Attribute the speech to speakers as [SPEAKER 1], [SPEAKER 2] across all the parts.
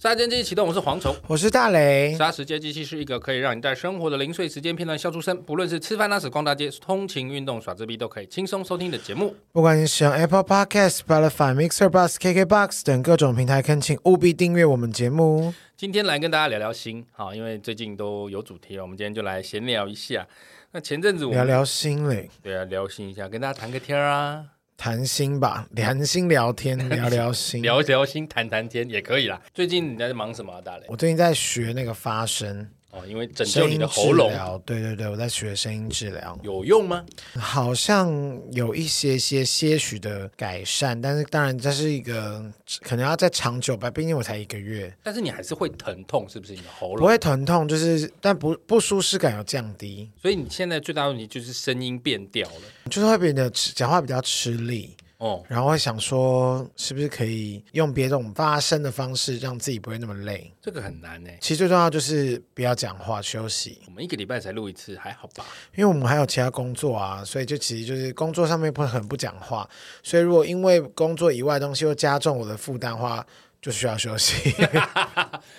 [SPEAKER 1] 杀时间机器启动，我是蝗虫。
[SPEAKER 2] 我是大雷，
[SPEAKER 1] 杀时间机器是啊一个可以让你在生活的零碎时间片段笑出声，不论是吃饭、拉屎、逛大街、通勤、运动、耍自闭，都可以轻松收听的节目。
[SPEAKER 2] 不管你使用 Apple Podcast、Spotify、Mixer、Bus、KKBox 等各种平台，恳请务必订阅我们节目。
[SPEAKER 1] 今天来跟大家聊聊心，好，因为最近都有主题了，我们今天就来闲聊一下。那前阵子我们
[SPEAKER 2] 聊聊心嘞，
[SPEAKER 1] 对啊，聊心一下，跟大家谈个天儿啊，
[SPEAKER 2] 谈心吧，谈心聊 天，聊聊心。
[SPEAKER 1] 聊一聊心，谈谈天也可以啦。最近你在忙什么啊，大雷？
[SPEAKER 2] 我最近在学那个发声，
[SPEAKER 1] 哦，因为拯救
[SPEAKER 2] 声
[SPEAKER 1] 你
[SPEAKER 2] 音
[SPEAKER 1] 的喉
[SPEAKER 2] 治
[SPEAKER 1] 咙
[SPEAKER 2] 疗。对对对，我在学声音治疗，
[SPEAKER 1] 有用吗？
[SPEAKER 2] 好像有一些些些许的改善，但是当然这是一个可能要再长久吧，毕竟我才一个月，
[SPEAKER 1] 但是你还是会疼痛，是不是？你的喉
[SPEAKER 2] 不
[SPEAKER 1] 咙。
[SPEAKER 2] 会疼痛，就是但不不舒适感有降低，
[SPEAKER 1] 所以你现在最大的问题就是声音变调了。
[SPEAKER 2] 就是会变得吃讲话比较吃力。
[SPEAKER 1] 哦，
[SPEAKER 2] 然后会想说，是不是可以用别种发声的方式，让自己不会那么累？
[SPEAKER 1] 这个很难呢、欸
[SPEAKER 2] 其实最重要就是不要讲话，休息，
[SPEAKER 1] 我们一个礼拜才录一次，还好吧？
[SPEAKER 2] 因为我们还有其他工作啊，所以就其实就是工作上面不很不讲话，所以如果因为工作以外的东西又加重我的负担的话，就需要休息。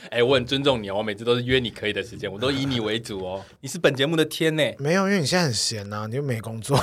[SPEAKER 1] 哎、我很尊重你哦，我每次都是约你可以的时间，我都以你为主哦。你是本节目的天呢、
[SPEAKER 2] 没有，因为你现在很闲呐、你又没工作，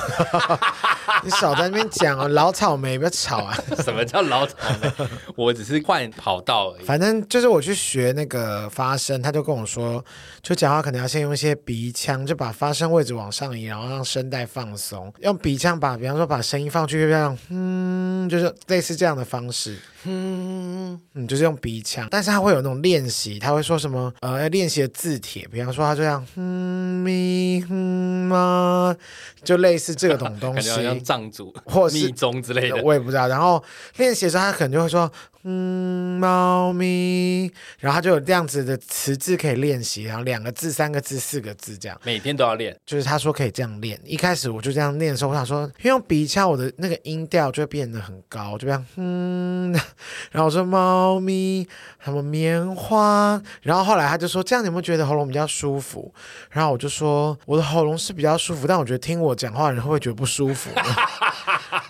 [SPEAKER 2] 你少在那边讲啊，老草莓不要吵啊。
[SPEAKER 1] 什么叫老草莓？我只是换跑道而已。
[SPEAKER 2] 反正就是我去学那个发声，他就跟我说，就讲话可能要先用一些鼻腔，就把发声位置往上移，然后让声带放松，用鼻腔把，比方说把声音放去，就像嗯，就是类似这样的方式，嗯嗯，就是用鼻腔。但是他会有那种练习，他会说什么呃，要练习的字帖，比方说他这样嗯咪嗯嘛，就类似这种东
[SPEAKER 1] 感
[SPEAKER 2] 西
[SPEAKER 1] 觉，好像藏族
[SPEAKER 2] 或、是
[SPEAKER 1] 密宗之类的。
[SPEAKER 2] 我也不知道。然后练习的时候，他可能就会说，嗯，猫咪，然后他就有这样子的词字可以练习，然后两个字、三个字、四个字这样。
[SPEAKER 1] 每天都要练，
[SPEAKER 2] 就是他说可以这样练，一开始我就这样练的时候，我想说，因为用鼻腔我的那个音调就会变得很高，就这样，嗯， 然后我说猫咪，什么棉花，然后后来他就说这样你有没有觉得喉咙比较舒服？然后我就说我的喉咙是比较舒服，但我觉得听我讲话的人会不会觉得不舒服？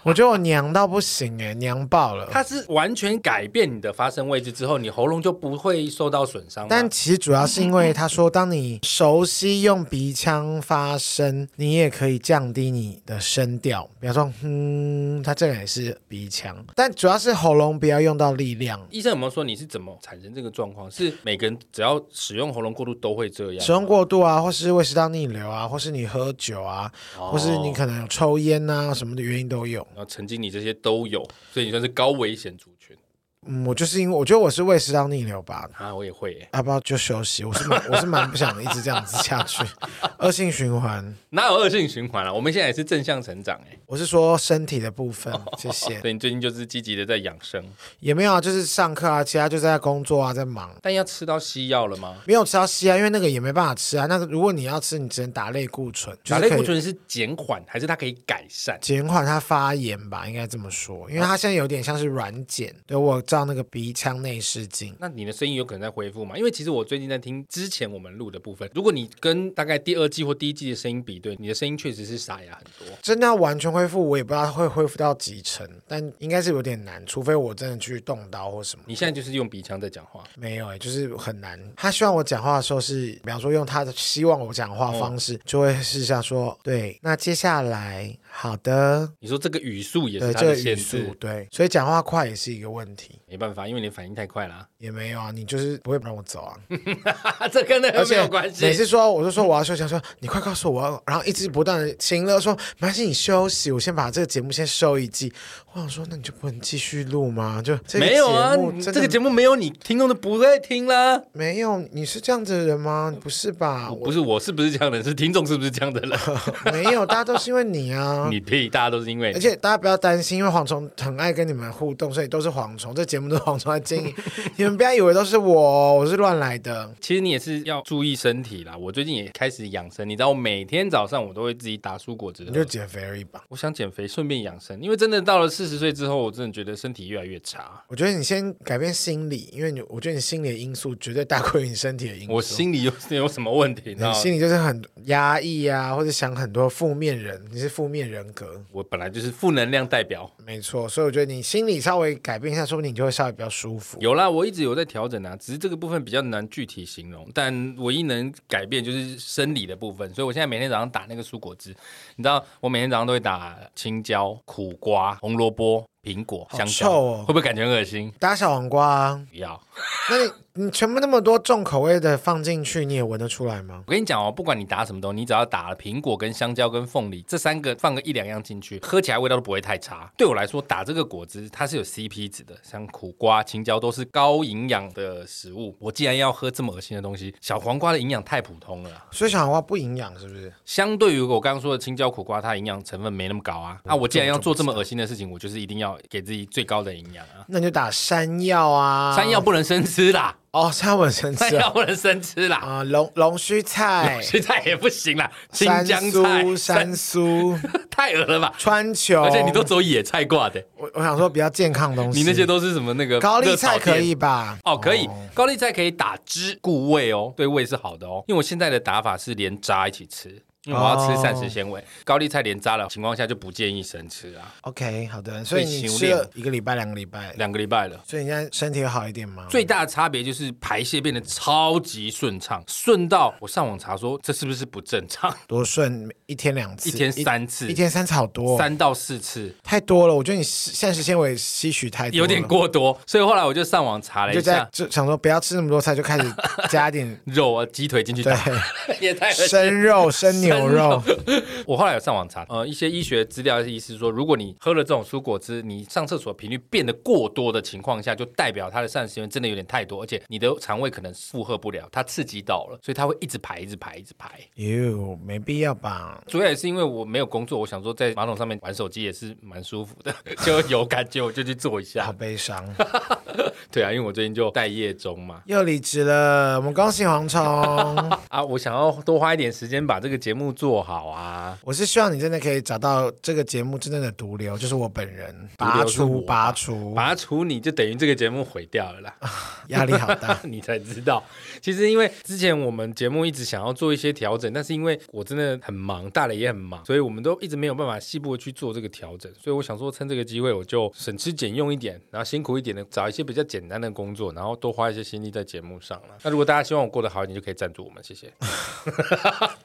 [SPEAKER 2] 我觉得我娘到不行哎、娘爆了。
[SPEAKER 1] 它是完全改变你的发声位置之后，你喉咙就不会受到损伤吗。
[SPEAKER 2] 但其实主要是因为他说，当你熟悉用鼻腔发声，你也可以降低你的声调。比方说，嗯，他这个也是鼻腔，但主要是喉咙不要用到力量。
[SPEAKER 1] 医生有没有说你是怎么产生这个状况？是每个人只要使用喉咙过度都会这样？
[SPEAKER 2] 使用过度啊，或是胃食道逆流啊，或是你喝酒啊，
[SPEAKER 1] 哦，
[SPEAKER 2] 或是你可能有抽烟呐、什么的原因都有。
[SPEAKER 1] 然后曾经你这些都有，所以你算是高危险族群
[SPEAKER 2] 嗯，我就是因为我觉得我是胃食道逆流吧，
[SPEAKER 1] 啊！我也会耶、
[SPEAKER 2] 要不要就休息？我是蛮我是蛮不想一直这样子下去，恶性循环。
[SPEAKER 1] 哪有恶性循环啊？我们现在也是正向成长哎、
[SPEAKER 2] 我是说身体的部分，谢谢。
[SPEAKER 1] 所以你最近就是积极的在养生，
[SPEAKER 2] 也没有啊，就是上课啊，其他就在工作啊，在忙。
[SPEAKER 1] 但要吃到西药了吗？
[SPEAKER 2] 没有吃到西啊，因为那个也没办法吃啊。那个如果你要吃，你只能打类固醇，就
[SPEAKER 1] 打类
[SPEAKER 2] 是
[SPEAKER 1] 固
[SPEAKER 2] 可以
[SPEAKER 1] 醇是减缓还是它可以改善？
[SPEAKER 2] 减缓它发炎吧，应该这么说。因为它现在有点像是软碱，对我照那个鼻腔内视镜，
[SPEAKER 1] 那你的声音有可能在恢复吗？因为其实我最近在听之前我们录的部分，如果你跟大概第二季或第一季的声音比对，你的声音确实是沙哑很多。
[SPEAKER 2] 真的要完全恢复，我也不知道会恢复到几成，但应该是有点难，除非我真的去动刀或什么。
[SPEAKER 1] 你现在就是用鼻腔在讲话，
[SPEAKER 2] 没有哎、就是很难。 他希望我讲话的时候是，比方说用他的希望我讲话方式，就会试一下
[SPEAKER 1] 哦
[SPEAKER 2] 说，对，那接下来好的，
[SPEAKER 1] 你说这个语速也
[SPEAKER 2] 对
[SPEAKER 1] 是它
[SPEAKER 2] 这
[SPEAKER 1] 的
[SPEAKER 2] 个
[SPEAKER 1] 限
[SPEAKER 2] 语
[SPEAKER 1] 制
[SPEAKER 2] 速，，对，所以讲话快也是一个问题。
[SPEAKER 1] 没办法，因为你反应太快啦，
[SPEAKER 2] 也没有啊，你就是不会让我走啊，
[SPEAKER 1] 这跟那
[SPEAKER 2] 而
[SPEAKER 1] 个没
[SPEAKER 2] 且
[SPEAKER 1] 有关系
[SPEAKER 2] 每。次说我就说我要休息，他说你快告诉我我要，然后一直不断的行了说没关系，你休息，我先把这个节目先收一季。我想说那你就不能继续录吗？就这个
[SPEAKER 1] 没有啊，
[SPEAKER 2] 节目
[SPEAKER 1] 你
[SPEAKER 2] 真
[SPEAKER 1] 这
[SPEAKER 2] 的
[SPEAKER 1] 个节目没有你，听众都不在听啦。
[SPEAKER 2] 没有，你是这样子的人吗？不是吧？啊我
[SPEAKER 1] 不是我是不是这样的人，是听众是不是这样的 人？。
[SPEAKER 2] 没有，大家都是因为你啊
[SPEAKER 1] 你屁，大家都是因为
[SPEAKER 2] 而且大家不要担心，因为蝗虫很爱跟你们互动，所以都是蝗虫。这节目都是蝗虫 来经营，你们不要以为都是我哦，我是乱来的。
[SPEAKER 1] 其实你也是要注意身体啦。我最近也开始养生，你知道，我每天早上我都会自己打蔬果汁
[SPEAKER 2] 你
[SPEAKER 1] 喝
[SPEAKER 2] 就减肥而已吧。
[SPEAKER 1] 我想减肥，顺便养生，因为真的到了四十岁之后，我真的觉得身体越来越差。
[SPEAKER 2] 我觉得你先改变心理，因为你我觉得你心理的因素绝对大过于你身体的因素。
[SPEAKER 1] 我心里有有什么问题？你知道
[SPEAKER 2] 你
[SPEAKER 1] 吗
[SPEAKER 2] 心里就是很压抑啊，或者想很多负面人，你是负面人格，
[SPEAKER 1] 我本来就是负能量代表。
[SPEAKER 2] 没错。所以我觉得你心理稍微改变一下，说不定你就会稍微比较舒服。
[SPEAKER 1] 有啦，我一直有在调整啊，只是这个部分比较难具体形容，但唯一能改变就是生理的部分，所以我现在每天早上打那个蔬果汁，你知道，我每天早上都会打青椒、苦瓜、红萝卜、苹果、
[SPEAKER 2] 好
[SPEAKER 1] 香蕉，
[SPEAKER 2] 臭哦
[SPEAKER 1] 会不会感觉很恶心？
[SPEAKER 2] 打小黄瓜、啊，
[SPEAKER 1] 不要。
[SPEAKER 2] 那你你全部那么多重口味的放进去，你也闻得出来吗？
[SPEAKER 1] 我跟你讲哦，不管你打什么东西，你只要打了苹果、跟香蕉、跟凤梨这三个，放个一两样进去，喝起来味道都不会太差。对我来说，打这个果汁它是有 CP 值的，像苦瓜、青椒都是高营养的食物。我既然要喝这么恶心的东西，小黄瓜的营养太普通了啊、
[SPEAKER 2] 所以小黄瓜不营养是不是？
[SPEAKER 1] 相对于我刚刚说的青椒、苦瓜，它营养成分没那么高啊。啊，我既然要做这么恶心的事情，我就是一定要给自己最高的营养啊。
[SPEAKER 2] 那你就打山药啊，
[SPEAKER 1] 山药不能生吃啦，
[SPEAKER 2] 哦，山药我很生
[SPEAKER 1] 山
[SPEAKER 2] 气
[SPEAKER 1] 药
[SPEAKER 2] 啊，
[SPEAKER 1] 不能生吃啦，
[SPEAKER 2] 啊龙龙 须菜、
[SPEAKER 1] 芹菜也不行啦，青
[SPEAKER 2] 山
[SPEAKER 1] 江菜、
[SPEAKER 2] 苏、山苏、
[SPEAKER 1] 太恶了吧。
[SPEAKER 2] 川穹，
[SPEAKER 1] 而且你都走野菜挂的，
[SPEAKER 2] 我我想说比较健康的东西，
[SPEAKER 1] 你那些都是什么那个
[SPEAKER 2] 高丽菜
[SPEAKER 1] 热炒店
[SPEAKER 2] 可以吧？
[SPEAKER 1] 哦，可以，高丽菜可以打汁固胃哦，对胃是好的哦。因为我现在的打法是连渣一起吃，因为我要吃膳食
[SPEAKER 2] 哦
[SPEAKER 1] 纤维。高丽菜连渣的情况下就不建议生吃啊，
[SPEAKER 2] OK，好的，所以你
[SPEAKER 1] 修
[SPEAKER 2] 吃
[SPEAKER 1] 炼
[SPEAKER 2] 了一个礼拜、两个礼拜，
[SPEAKER 1] 两个礼拜了。
[SPEAKER 2] 所以你现在身体有好一点吗？
[SPEAKER 1] 最大的差别就是排泄变得超级顺畅，顺到我上网查说这是不是不正常？
[SPEAKER 2] 多顺，一天两次，
[SPEAKER 1] 一天三次
[SPEAKER 2] 一天三次好多、哦，
[SPEAKER 1] 三到四次
[SPEAKER 2] 太多了。我觉得你膳食纤维吸取太多了，
[SPEAKER 1] 有点过多，所以后来我就上网查
[SPEAKER 2] 你
[SPEAKER 1] 了
[SPEAKER 2] 就
[SPEAKER 1] 一
[SPEAKER 2] 在
[SPEAKER 1] 下
[SPEAKER 2] 就想说不要吃那么多菜，就开始加 点
[SPEAKER 1] 肉啊，鸡腿进去
[SPEAKER 2] 对
[SPEAKER 1] 打， 也太恶心了
[SPEAKER 2] 生 肉、生 牛肉。
[SPEAKER 1] 我后来有上网查，呃，一些医学资料的意思是说，如果你喝了这种蔬果汁，你上厕所频率变得过多的情况下，就代表它的膳食纤维真的有点太多，而且你的肠胃可能负荷不了，它刺激到了，所以它会一直排，一直排，一直排。
[SPEAKER 2] 哟，没必要吧？
[SPEAKER 1] 主要也是因为我没有工作，我想说在马桶上面玩手机也是蛮舒服的， 就有感觉我就去做一
[SPEAKER 2] 好
[SPEAKER 1] 下。
[SPEAKER 2] 悲伤，
[SPEAKER 1] 对啊，因为我最近就待业中嘛，
[SPEAKER 2] 又离职了，我们恭喜蝗虫。
[SPEAKER 1] 啊，我想要多花一点时间把这个节目做好啊。
[SPEAKER 2] 我是希望你真的可以找到这个节目真正的毒瘤，就是我本人，拔
[SPEAKER 1] 毒瘤是我
[SPEAKER 2] 除，拔除，
[SPEAKER 1] 拔除你就等于这个节目毁掉了啦。
[SPEAKER 2] 压力好 大。
[SPEAKER 1] 你才知道。其实因为之前我们节目一直想要做一些调整，但是因为我真的很忙，大磊也很忙，所以我们都一直没有办法细部地去做这个调整。所以我想说，趁这个机会，我就省吃俭用一点，然后辛苦一点的找一些比较简单的工作，然后多花一些心力在节目上了。那如果大家希望我过得好一点，就可以赞助我们，谢 谢。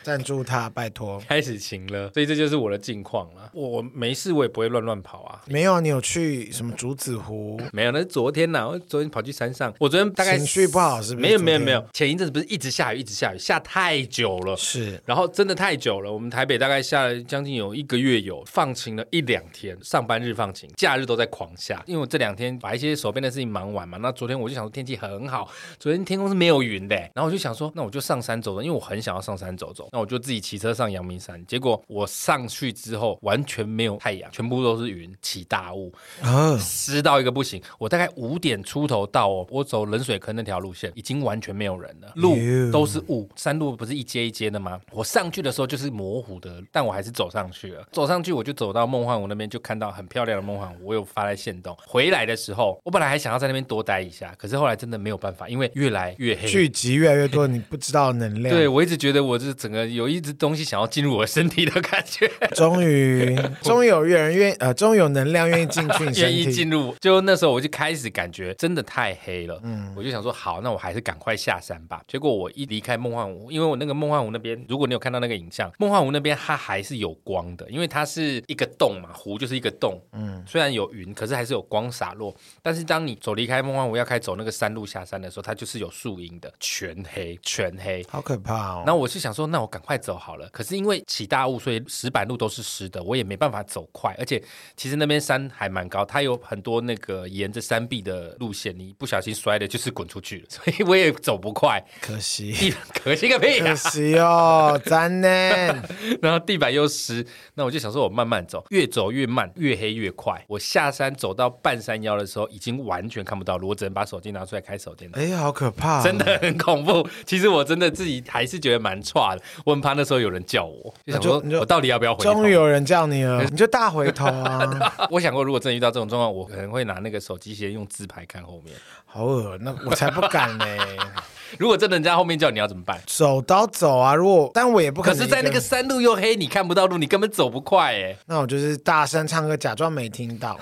[SPEAKER 2] 赞助他，拜托。
[SPEAKER 1] 开始晴了，所以这就是我的近况了。我我没事，我也不会乱乱跑啊。
[SPEAKER 2] 没有，你有去什么竹子 湖？
[SPEAKER 1] 没有，那是昨天呐、我昨天跑去山上，我昨天大概
[SPEAKER 2] 情绪不好是不是
[SPEAKER 1] 没有没有
[SPEAKER 2] 昨天
[SPEAKER 1] 没有，前一阵子不是一直下雨，一直下雨，下太久了。
[SPEAKER 2] 是
[SPEAKER 1] 然后真的太久了，我们台北大概下了将近有一个月有，放晴了一两天，上班日放晴，假日都在狂下。因为我这两天把一些手边的事情忙完嘛，那昨天我就想说天气很好，昨天天空是没有云的，然后我就想说，那我就上山走走，因为我很想要上山走走，那我就自己骑车上阳明山。结果我上去之后完全没有太阳，全部都是云，起大雾，
[SPEAKER 2] 啊，
[SPEAKER 1] 湿到一个不行。我大概五点出头到哦，我走冷水坑那条路线，已经完全没有人了，路都是雾，山路不是一阶一阶的吗？我上去的时候就是模糊的，但我还是走上去了。走上去我就走到梦幻湖那边，就看到很漂亮的梦幻湖，我有发在线动。回来的时候，我本来还想要在那边多待一下，可是后来真的没有办法，因为越来越黑。
[SPEAKER 2] 聚集越来越多你不知道的能量。
[SPEAKER 1] 哎对，，我一直觉得我这整个有一只东西想要进入我的身体的感觉。
[SPEAKER 2] 终于，终于有人愿呃，终于有能量愿意进去你身
[SPEAKER 1] 愿意进
[SPEAKER 2] 体。
[SPEAKER 1] 入，就那时候我就开始感觉真的太黑了，嗯，我就想说好，那我还是赶快下山吧。结果我一离开梦幻湖，因为我那个梦幻湖那边，如果你有看到那个影像，梦幻湖那边它还是有光的，因为它是一个洞嘛，湖就是一个洞，嗯，虽然有云，可是还是有光洒落。但是当你走离开梦幻湖要开走那个山路下山的时候，它就是有树荫的，全黑全黑。
[SPEAKER 2] 好可怕哦！
[SPEAKER 1] 然后我是想说，那我赶快走好了。可是因为起大雾，所以石板路都是湿的，我也没办法走快。而且其实那边山还蛮高，它有很多那个沿着山壁的路线，你不小心摔的就是滚出去了， 所以我也走不快。
[SPEAKER 2] 可惜，
[SPEAKER 1] 地可惜个屁、
[SPEAKER 2] 可
[SPEAKER 1] 啊！
[SPEAKER 2] 惜哦，咱呢？
[SPEAKER 1] 然后地板又湿，那我就想说，我慢慢走，越走越慢，越黑越快。我下山走到半山腰的时候，已经完全看不到路，我只能把手机拿出来开手电筒。
[SPEAKER 2] 哎呀，好可 怕、
[SPEAKER 1] 真的。很恐怖，其实我真的自己还是觉得蛮差的。我很怕那时候有人叫我，就想
[SPEAKER 2] 就
[SPEAKER 1] 说
[SPEAKER 2] 你就
[SPEAKER 1] 我到底要不要回头？
[SPEAKER 2] 终于有人叫你了，你就大回头 啊！
[SPEAKER 1] 我想过，如果真的遇到这种状况，我可能会拿那个手机先用自拍看后面。
[SPEAKER 2] 好恶，那我才不敢呢、
[SPEAKER 1] 如果真的人家后面叫你要怎么办？
[SPEAKER 2] 走到走啊！如果但我也不
[SPEAKER 1] 可
[SPEAKER 2] 能
[SPEAKER 1] 是，在那
[SPEAKER 2] 一
[SPEAKER 1] 个
[SPEAKER 2] 人
[SPEAKER 1] 山路又黑，你看不到路，你根本走不快哎、
[SPEAKER 2] 那我就是大声唱歌，假装没 听到，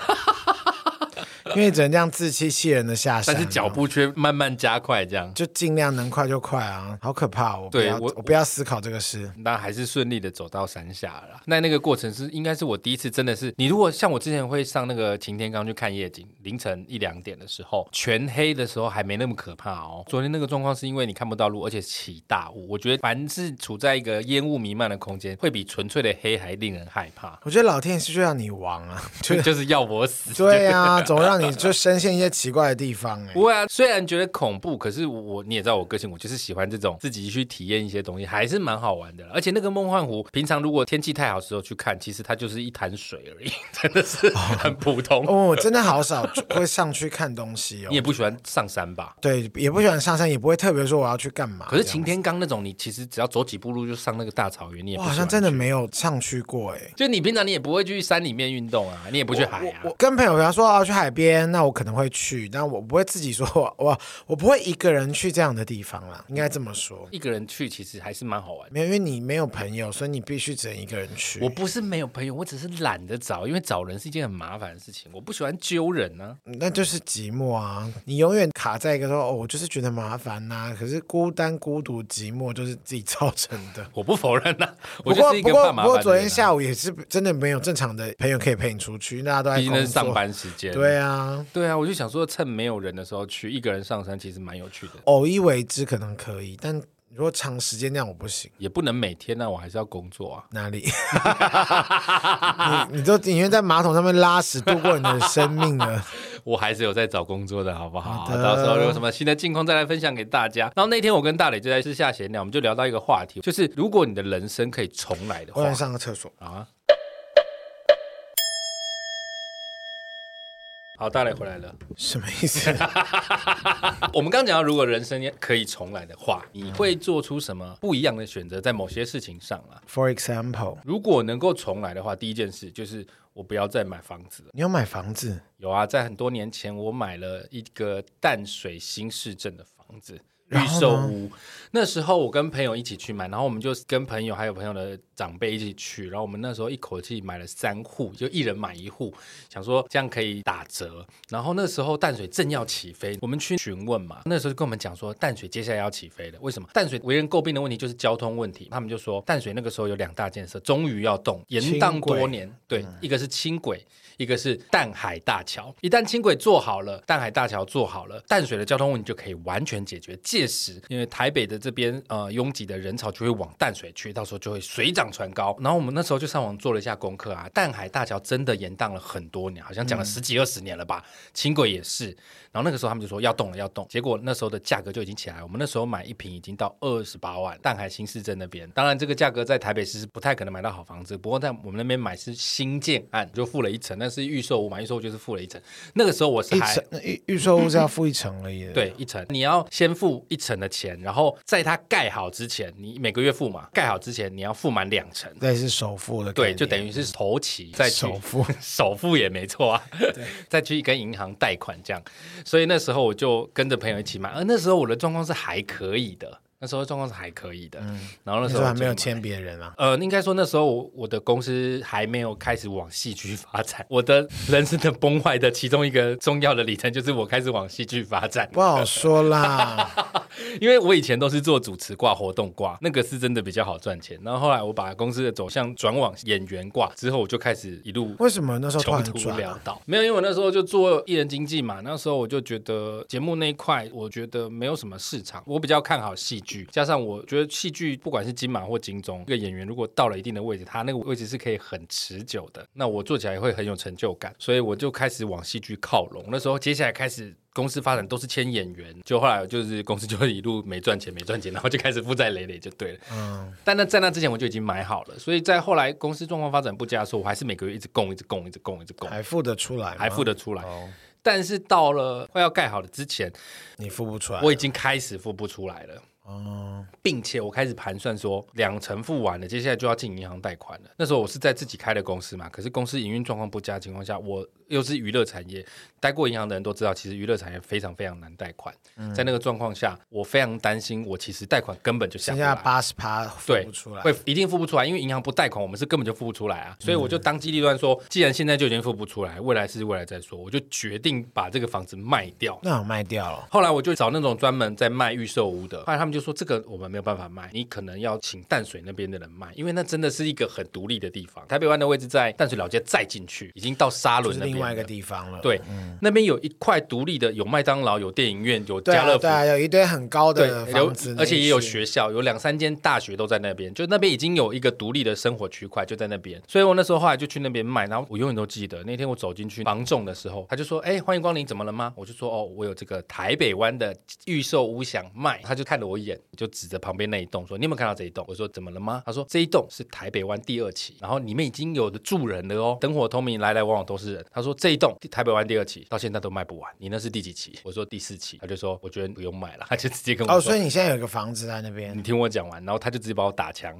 [SPEAKER 2] 因为只能这样自欺欺人的下山
[SPEAKER 1] 但
[SPEAKER 2] 嘛。
[SPEAKER 1] 是脚步却慢慢加快，这样
[SPEAKER 2] 就尽量能快就快啊！好可怕哦，我不
[SPEAKER 1] 对
[SPEAKER 2] 要
[SPEAKER 1] 我
[SPEAKER 2] 我不要思考这个事。
[SPEAKER 1] 那还是顺利的走到山下了啦。那那个过程是，应该是我第一次真的是，你如果像我之前会上那个擎天岗去看夜景，凌晨一两点的时候，全黑的时候还没那么可怕哦。昨天那个状况是因为你看不到路，而且起大雾。我觉得凡是处在一个烟雾弥漫的空间，会比纯粹的黑还令人害怕。
[SPEAKER 2] 我觉得老天是就让你亡 啊，就
[SPEAKER 1] 就就是要我死。
[SPEAKER 2] 对啊，总让你就深陷一些奇怪的地方哎、
[SPEAKER 1] 不会啊，虽然觉得恐怖，可是我你也知道我个性，我就是喜欢这种自己去体验一些东西，还是蛮好玩的啦。而且那个梦幻湖，平常如果天气太好的时候去看，其实它就是一潭水而已， 真的是很普通。
[SPEAKER 2] 哦，我真的好少会上去看东西哦
[SPEAKER 1] 你。也不喜欢上山吧？
[SPEAKER 2] 对，也不喜欢上山，也不会特别说我要去干嘛。
[SPEAKER 1] 可是
[SPEAKER 2] 这样
[SPEAKER 1] 擎天岗那种，你其实只要走几步路就上那个大草原，你也
[SPEAKER 2] 我
[SPEAKER 1] 不
[SPEAKER 2] 好
[SPEAKER 1] 喜
[SPEAKER 2] 像
[SPEAKER 1] 欢
[SPEAKER 2] 真的
[SPEAKER 1] 去，
[SPEAKER 2] 没有上去过哎、
[SPEAKER 1] 就你平常你也不会去山里面运动啊，你也不去海啊
[SPEAKER 2] 我。我跟朋友比方说要去海边，那我可能会去，但我不会自己说我我我不会一个人去这样的地方啦，应该这么说。
[SPEAKER 1] 一个人去其实还是蛮好玩的。
[SPEAKER 2] 没有，因为你没有朋友，所以你必须只能一个人去。
[SPEAKER 1] 我不是没有朋友，我只是懒得找，因为找人是一件很麻烦的事情，我不喜欢揪人啊呢、
[SPEAKER 2] 那就是寂寞啊！你永远卡在一个说哦，我就是觉得麻烦呐、可是孤单、孤独、寂寞就是自己 造成的。
[SPEAKER 1] 我不否认呐、我
[SPEAKER 2] 不
[SPEAKER 1] 就
[SPEAKER 2] 过
[SPEAKER 1] 是一
[SPEAKER 2] 不
[SPEAKER 1] 个怕
[SPEAKER 2] 过
[SPEAKER 1] 麻
[SPEAKER 2] 不
[SPEAKER 1] 烦的人啊、
[SPEAKER 2] 过，昨天下午也是真的没有正常的朋友可以陪你出去，大家都在
[SPEAKER 1] 毕竟那
[SPEAKER 2] 工
[SPEAKER 1] 是
[SPEAKER 2] 作。
[SPEAKER 1] 上班时间，
[SPEAKER 2] 对啊，
[SPEAKER 1] 对啊，我就想说趁没有人的时候去，一个人上山其实蛮有趣的，
[SPEAKER 2] 偶一为之可能可以，但如果长时间那样我不行。
[SPEAKER 1] 也不能每天呢、我还是要工作啊。
[SPEAKER 2] 哪里？ 你你都宁愿在马桶上面拉屎度过你的生命 了。
[SPEAKER 1] 我还是有在找工作的，好不好？
[SPEAKER 2] 好的
[SPEAKER 1] 到时候有什么新的近况再来分享给大家。然后那天我跟大磊就在私下闲聊，我们就聊到一个话题，就是如果你的人生可以重来的
[SPEAKER 2] 我
[SPEAKER 1] 话
[SPEAKER 2] 想，上个厕所。
[SPEAKER 1] 啊。好，大磊回来了。
[SPEAKER 2] 什么 意思？
[SPEAKER 1] 我们刚讲到，如果人生可以重来的话，你会做出什么不一样的选择？在某些事情上啊，
[SPEAKER 2] For example，
[SPEAKER 1] 如果能够重来的话，第一件事就是我不要再买房子了。
[SPEAKER 2] 你有买房子？
[SPEAKER 1] 有啊，在很多年前，我买了一个淡水新市镇的房子。预售屋，那时候我跟朋友一起去买，然后我们就跟朋友还有朋友的长辈一起去，然后我们那时候一口气买了三户，就一人买一户，想说这样可以打折。然后那时候淡水正要起飞，我们去询问嘛，那时候就跟我们讲说淡水接下来要起飞了，为什么？淡水为人诟病的问题就是交通问题，他们就说淡水那个时候有两大建设，终于要动，延宕
[SPEAKER 2] 轻轨嗯
[SPEAKER 1] 多年，对，一个是轻轨，一个是淡海大桥。一旦轻轨做好了，淡海大桥做好了，淡水的交通问题就可以完全解决。届时，因为台北的这边呃拥挤的人潮就会往淡水去，到时候就会水涨船高。然后我们那时候就上网做了一下功课啊，淡海大桥真的延宕了很多年，好像讲了十几二十年了吧。轻轨也是。然后那个时候他们就说要动了，要动。结果那时候的价格就已经起来了，我们那时候买一平已经到二十八万，淡海新市镇那边。当然这个价格在台北市是不太可能买到好房子，不过在我们那边买是新建案，就付了一层，那是预售屋嘛，预售屋就是付了一层。那个时候我是
[SPEAKER 2] 一
[SPEAKER 1] 还
[SPEAKER 2] 层那预预售屋是要付一层而已。，
[SPEAKER 1] 哎对，一层，你要先付一层的钱，然后在它盖好之前，你每个月付嘛，盖好之前你要付满两层，
[SPEAKER 2] 那也是首付的概
[SPEAKER 1] 对，
[SPEAKER 2] 念。啊
[SPEAKER 1] 就等于是头期再去
[SPEAKER 2] 首付
[SPEAKER 1] 首付也没错啊， 再去跟银行呃贷款这样。所以那时候我就跟着朋友一起买，而那时候我的状况是还可以的。那时候状况是还可以的。然后那
[SPEAKER 2] 那
[SPEAKER 1] 时
[SPEAKER 2] 时
[SPEAKER 1] 候
[SPEAKER 2] 候
[SPEAKER 1] 我
[SPEAKER 2] 嗯还没有
[SPEAKER 1] 就买
[SPEAKER 2] 签别人啊。
[SPEAKER 1] 呃，应该说那时候我我的公司还没有开始往戏剧发展，我的人生的崩坏的其中一个重要的里程就是我开始往戏剧发展。
[SPEAKER 2] 不好 说啦，
[SPEAKER 1] 因为我以前都是做主持挂、活动挂，那个是真的比较好赚钱。然后后来我把公司的走向转往演员挂之后，我就开始一路
[SPEAKER 2] 为什么那时候突
[SPEAKER 1] 穷
[SPEAKER 2] 然
[SPEAKER 1] 途
[SPEAKER 2] 转
[SPEAKER 1] 潦
[SPEAKER 2] 啊？
[SPEAKER 1] 倒。没有，因为我那时候就做艺人经济嘛，那时候我就觉得节目那一块，我觉得没有什么市场，我比较看好戏剧。加上我觉得戏剧不管是金马或金钟，一个演员如果到了一定的位置，他那个位置是可以很持久的，那我做起来会很有成就感，所以我就开始往戏剧靠拢。那时候接下来开始。公司发展都是签演员，就后来就是公司就一路没赚钱，没赚钱，然后就开始负债累累，就对了。
[SPEAKER 2] 嗯
[SPEAKER 1] 但那在那之前我就已经买好了，所以在后来公司状况发展不佳的时候，我还是每个月一直供，一直供，一直供，一直供，
[SPEAKER 2] 还付得出来吗？
[SPEAKER 1] 还付得出来。但是到了快要盖好了之前，
[SPEAKER 2] 你付不出来，啊哦
[SPEAKER 1] 我已经开始付不出来了。并且我开始盘算说，两成付完了，接下来就要进银行贷款了。那时候我是在自己开的公司嘛，可是公司营运状况不佳的情况下，我又是娱乐产业，待过银行的人都知道，其实娱乐产业非常非常难贷款。在那个状况下，我非常担心，我其实贷款根本就下
[SPEAKER 2] 剩
[SPEAKER 1] 不来
[SPEAKER 2] 下。八十趴付
[SPEAKER 1] 对
[SPEAKER 2] 不出，来，
[SPEAKER 1] 会一定付不出来，因为银行不贷款，我们是根本就付不出来啊。所以我就
[SPEAKER 2] 嗯
[SPEAKER 1] 当机立断说，既然现在就已经付不出来，未来是未来再说，我就决定把这个房子卖掉。
[SPEAKER 2] 那我卖掉了。
[SPEAKER 1] 后来我就找那种专门在卖预售屋的，后来他们就说这个我们没有办法卖，你可能要请淡水那边的人卖，因为那真的是一个很独立的地方。台北湾的位置在淡水老街再进去，已经到沙
[SPEAKER 2] 就
[SPEAKER 1] 仑
[SPEAKER 2] 是
[SPEAKER 1] 那边
[SPEAKER 2] 另外一个
[SPEAKER 1] 了。
[SPEAKER 2] 地方了，
[SPEAKER 1] 对，那边有一块独立的，有麦当劳，有电影院，有
[SPEAKER 2] 对
[SPEAKER 1] 家乐
[SPEAKER 2] 啊，
[SPEAKER 1] 福
[SPEAKER 2] 对啊，有一堆很高
[SPEAKER 1] 对
[SPEAKER 2] 的，
[SPEAKER 1] 有
[SPEAKER 2] 房子，
[SPEAKER 1] 而且也有
[SPEAKER 2] 那一区
[SPEAKER 1] 学校，有两三间大学都在那边，就那边已经有一个独立的生活区块，就在那边。所以我那时候后来就去那边卖，然后我永远都记得那天我走进去房仲的时候，他就说：“哎、欢迎光临，怎么了吗？”我就说：“哦，我有这个台北湾的预售屋想卖。”他就看了我一眼，就指着旁边那一栋说：“你有没有看到这一栋？”我说：“怎么了吗？”他说：“这一栋是台北湾第二期，然后里面已经有的住人了哦，灯火通明，来来往往都是人。”他说：“这一栋台北湾第二期到现在都卖不完，你那是第几期？”我说：“第四期。”他就说：“我觉得不用嗯卖了。”他就直接跟我说：“
[SPEAKER 2] 哦，所以你现在有一个房子在那边
[SPEAKER 1] 你，听我讲完，然后他就直接把我打枪。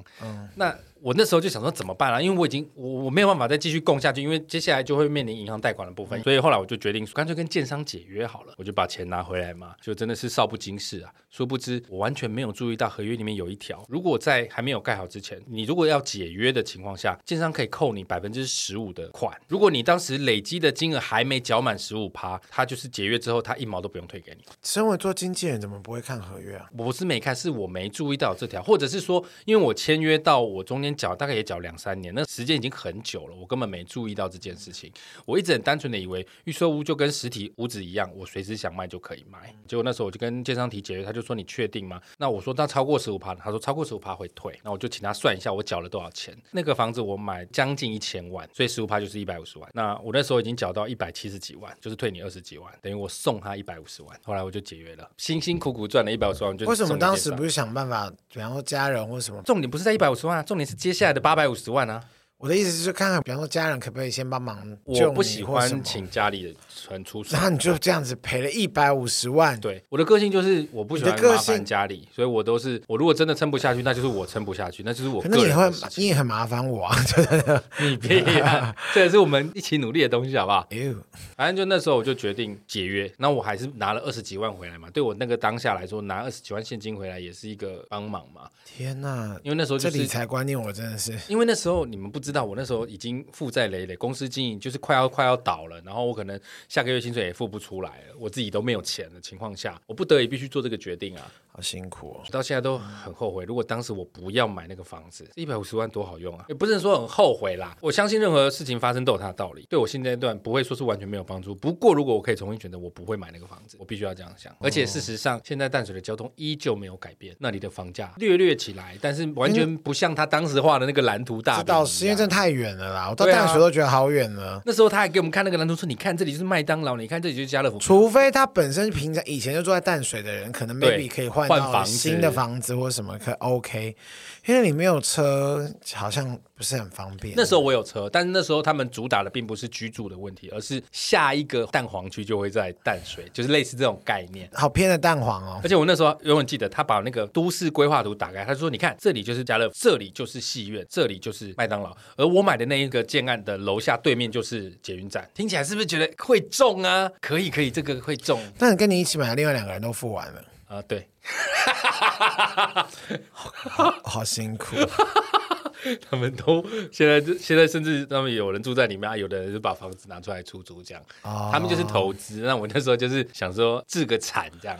[SPEAKER 1] 那我那时候就想说怎么办啊？因为我已经我我没有办法再继续供下去，因为接下来就会面临银行贷款的部分，所以后来我就决定说干脆跟建商解约好了，我就把钱拿回来嘛，就真的是少不经事啊。殊不知我完全没有注意到合约里面有一条，如果在还没有盖好之前，你如果要解约的情况下，建商可以扣你百分之十五的款，如果你当时累积的金额还没缴满十五趴，他就是解约之后他一毛都不用退给你。
[SPEAKER 2] 身为做经纪人，怎么不会看合约啊？
[SPEAKER 1] 我不是没看，是我没注意到这条，或者是说，因为我签约到我中间缴大概也缴两三年，那时间已经很久了，我根本没注意到这件事情。我一直很单纯的以为预售屋就跟实体屋子一样，我随时想卖就可以卖。结果那时候我就跟建商提解约，他就说你确定吗？那我说那超过十五趴，他说超过十五趴会退。那我就请他算一下我缴了多少钱。那个房子我买将近一千万，所以十五趴就是一百五十万。那我那时候已经缴到一百七十几万，就是退你二十几万，等于我送他一百五十万。后来我就解约了，辛辛苦苦赚了一百五十万，我就
[SPEAKER 2] 为什
[SPEAKER 1] 送
[SPEAKER 2] 么
[SPEAKER 1] 给
[SPEAKER 2] 当
[SPEAKER 1] 建
[SPEAKER 2] 时
[SPEAKER 1] 商
[SPEAKER 2] 不是想办法，比方说家人或什么？
[SPEAKER 1] 重点不是在一百五十万、啊，重点是接下来的八百五十万啊！
[SPEAKER 2] 我的意思是看看，比方说家人可不可以先帮忙救
[SPEAKER 1] 我不
[SPEAKER 2] 你
[SPEAKER 1] 喜
[SPEAKER 2] 或什
[SPEAKER 1] 欢
[SPEAKER 2] 么
[SPEAKER 1] 请家里的人出手
[SPEAKER 2] 然。后你就这样子赔了一百五十万，
[SPEAKER 1] 对，我的个性就是我不喜欢
[SPEAKER 2] 你的个
[SPEAKER 1] 麻
[SPEAKER 2] 性
[SPEAKER 1] 烦家里，所以我都是我如果真的撑不下去，那就是我撑不下去，那就是我
[SPEAKER 2] 可能
[SPEAKER 1] 个
[SPEAKER 2] 你
[SPEAKER 1] 人
[SPEAKER 2] 会
[SPEAKER 1] 的事情。
[SPEAKER 2] 你也很麻烦我啊， 真的。
[SPEAKER 1] 你别呀，这也是我们一起努力的东西，好不好？
[SPEAKER 2] 哎呦，
[SPEAKER 1] 反正就那时候我就决定解约，那我还是拿了二十几万回来嘛。对我那个当下来说，拿二十几万现金回来也是一个帮忙嘛，
[SPEAKER 2] 天哪！
[SPEAKER 1] 因为那时候就
[SPEAKER 2] 这
[SPEAKER 1] 是
[SPEAKER 2] 理财观念我真的是
[SPEAKER 1] 因为那时候你们不知道，我那时候已经负债累累，公司经营就是快要快要倒了，然后我可能下个月薪水也付不出来了，我自己都没有钱的情况下，我不得已必须做这个决定啊！
[SPEAKER 2] 好辛苦哦。
[SPEAKER 1] 我到现在都很后悔，如果当时我不要买那个房子，一百五十万多好用啊！也不是说很后悔啦，我相信任何事情发生都有它的道理，对我现阶段不会说是完全没有帮助。不过如果我可以重新选择，我不会买那个房子，我必须要这样
[SPEAKER 2] 哦
[SPEAKER 1] 想。而且事实上，现在淡水的交通依旧没有改变，那里的房价略略起来，但是完全不像他当时画的那个蓝图大
[SPEAKER 2] 这
[SPEAKER 1] 饼
[SPEAKER 2] 倒
[SPEAKER 1] 一
[SPEAKER 2] 是因为
[SPEAKER 1] 样
[SPEAKER 2] 真的太远了啦，我到
[SPEAKER 1] 对啊
[SPEAKER 2] 淡水都觉得好远了。
[SPEAKER 1] 那时候他还给我们看那个蓝图，说你看这里就是麦当劳，你看这里就是家乐福。
[SPEAKER 2] 除非他本身平常以前就住在淡水的人，可能
[SPEAKER 1] 对
[SPEAKER 2] maybe 可以换
[SPEAKER 1] 换
[SPEAKER 2] 到
[SPEAKER 1] 房子
[SPEAKER 2] 新的房子或什么，可 OK。因为你没有车，好像不是很方便。
[SPEAKER 1] 那时候我有车，但是那时候他们主打的并不是居住的问题，而是下一个蛋黄区就会在淡水，就是类似这种概念。
[SPEAKER 2] 好偏的蛋黄哦
[SPEAKER 1] 而，且我那时候永远记得，他把那个都市规划图打开，他说：“你看，这里就是家乐福，这里就是戏院，这里就是麦当劳，而我买的那一个建案的楼下对面就是捷运站。”听起来是不是觉得会中啊？可以，可以，这个会中。
[SPEAKER 2] 但跟你一起买的另外两个人都付完了，
[SPEAKER 1] 啊、对，
[SPEAKER 2] 好辛苦。哦
[SPEAKER 1] 他们都现在现在甚至他们有人住在里面，啊有的人就把房子拿出来出租这样。
[SPEAKER 2] 哦
[SPEAKER 1] 他们就是投资。那我那时候就是想说置个产这样，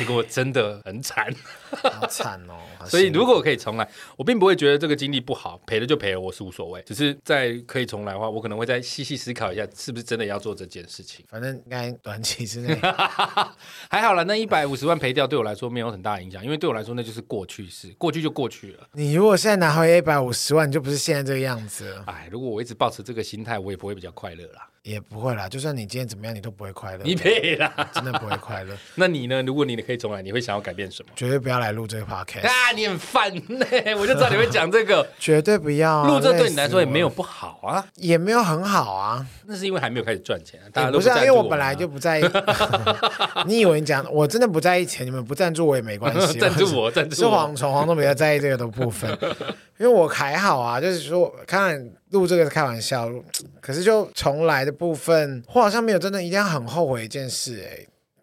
[SPEAKER 1] 结果真的很惨。
[SPEAKER 2] 好惨哦！好
[SPEAKER 1] 所以
[SPEAKER 2] 辛苦
[SPEAKER 1] 如果可以重来，我并不会觉得这个经历不好，赔了就赔了，我是无所谓。只是在可以重来的话，我可能会再细细思考一下，是不是真的要做这件事情。
[SPEAKER 2] 反正应该短期之内
[SPEAKER 1] 还好啦，那一百五十万赔掉对我来说没有很大影响，因为对我来说那就是过去式，过去就过去了。
[SPEAKER 2] 你如果现在拿回一百五十万，你就不是现在这个样子了，
[SPEAKER 1] 哎，如果我一直保持这个心态，我也不会比较快乐啦。
[SPEAKER 2] 也不会啦。就算你今天怎么样，你都不会快乐，
[SPEAKER 1] 你配啦。
[SPEAKER 2] 真的不会快乐。
[SPEAKER 1] 那你呢？如果你可以重来，你会想要改变什么？
[SPEAKER 2] 绝对不要来录这个 podcast，
[SPEAKER 1] 啊，你很烦呢、 我就知道你会讲这个。
[SPEAKER 2] 绝对不要、啊。
[SPEAKER 1] 录这对
[SPEAKER 2] 累
[SPEAKER 1] 你
[SPEAKER 2] 死
[SPEAKER 1] 来说也
[SPEAKER 2] 我
[SPEAKER 1] 没有，不好啊，
[SPEAKER 2] 也没有很好啊。
[SPEAKER 1] 那是因为还没有开始赚钱、啊，大家
[SPEAKER 2] 也
[SPEAKER 1] 都
[SPEAKER 2] 不是、啊，
[SPEAKER 1] 赞
[SPEAKER 2] 因
[SPEAKER 1] 助
[SPEAKER 2] 为
[SPEAKER 1] 我
[SPEAKER 2] 我
[SPEAKER 1] 们啊。
[SPEAKER 2] 本来就不在意。 你以为你讲我真的不在意钱，你们不赞助我也没关系
[SPEAKER 1] 赞助我赞助
[SPEAKER 2] 是
[SPEAKER 1] 我
[SPEAKER 2] 蝗虫，蝗虫比较在意这个的部分，因为我还好啊，就是说，当然录这个是开玩笑，可是就重来的部分，我好像没有真的一定要很后悔一件事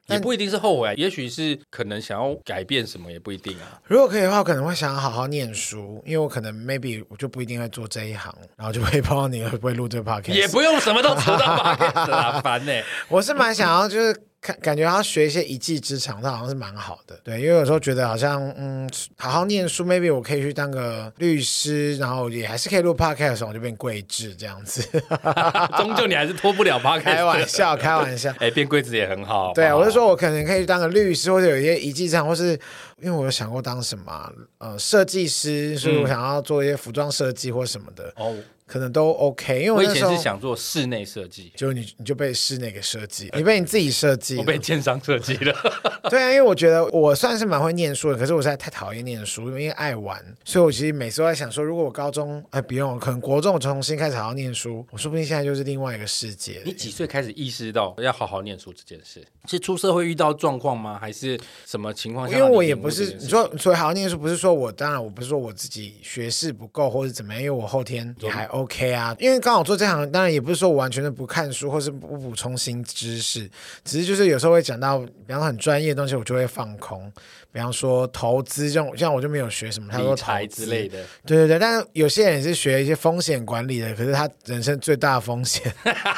[SPEAKER 2] 哎、
[SPEAKER 1] 也不一定是后悔、啊，也许是可能想要改变什么，也不一定 啊。
[SPEAKER 2] 如果可以的话，我可能会想要好好念书，因为我可能 maybe 我就不一定会做这一行，然后就会 碰到你会不会录这个 podcast。
[SPEAKER 1] 也不用什么都扯 到 p o
[SPEAKER 2] 啊
[SPEAKER 1] 啦，烦呢、
[SPEAKER 2] 我是蛮想要，就是看感觉要学一些一技之长，它好像是蛮好的。对，因为有时候觉得好像，嗯，好好念书，maybe 我可以去当个律师，然后也还是可以录 podcast 的时候，我就变桂智这样 子。
[SPEAKER 1] 终究你还是脱不了 p o
[SPEAKER 2] 开玩笑，开玩笑。
[SPEAKER 1] 哎、变柜子也很好。
[SPEAKER 2] 对，啊
[SPEAKER 1] 好不好
[SPEAKER 2] 我就说，我可能可以去当个律师，或者有一些一技之长，或是因为我有想过当什么啊、呃，设计师，所以我想要做一些服装设计或什么的，
[SPEAKER 1] 哦，
[SPEAKER 2] 可能都 OK。因为
[SPEAKER 1] 我
[SPEAKER 2] 我
[SPEAKER 1] 以
[SPEAKER 2] 那时
[SPEAKER 1] 前
[SPEAKER 2] 候
[SPEAKER 1] 是，想做室内设计，
[SPEAKER 2] 就你你就被室内给设计，你被你自己设计了，
[SPEAKER 1] 我被建商设计了。
[SPEAKER 2] 对啊，因为我觉得我算是蛮会念书的，可是我实在太讨厌念书，因为爱玩，所以我其实每次都在想说，如果我高中哎不用，可能国中我重新开始好好念书，我说不定现在就是另外一个世界。
[SPEAKER 1] 你几岁开始意识到要好好念书这件事？是出社会遇到状况吗？还是什么情况下
[SPEAKER 2] 因
[SPEAKER 1] 让
[SPEAKER 2] 为
[SPEAKER 1] 领悟这
[SPEAKER 2] 我
[SPEAKER 1] 件事？
[SPEAKER 2] 也不是你说，所以好好念书不是说我，当然我不是说我自己学识不够或者怎么样，因为我后天也还 OK 啊。因为刚好做这行，当然也不是说我完全的不看书或是不补充新知识，只是就是有时候会讲到，比方说很专业的东西，我就会放空。比方说投资这种，像我就没有学什么太多
[SPEAKER 1] 理
[SPEAKER 2] 投
[SPEAKER 1] 财
[SPEAKER 2] 资
[SPEAKER 1] 之类的，
[SPEAKER 2] 对对对，但是有些人也是学一些风险管理的，可是他人生最大的风险，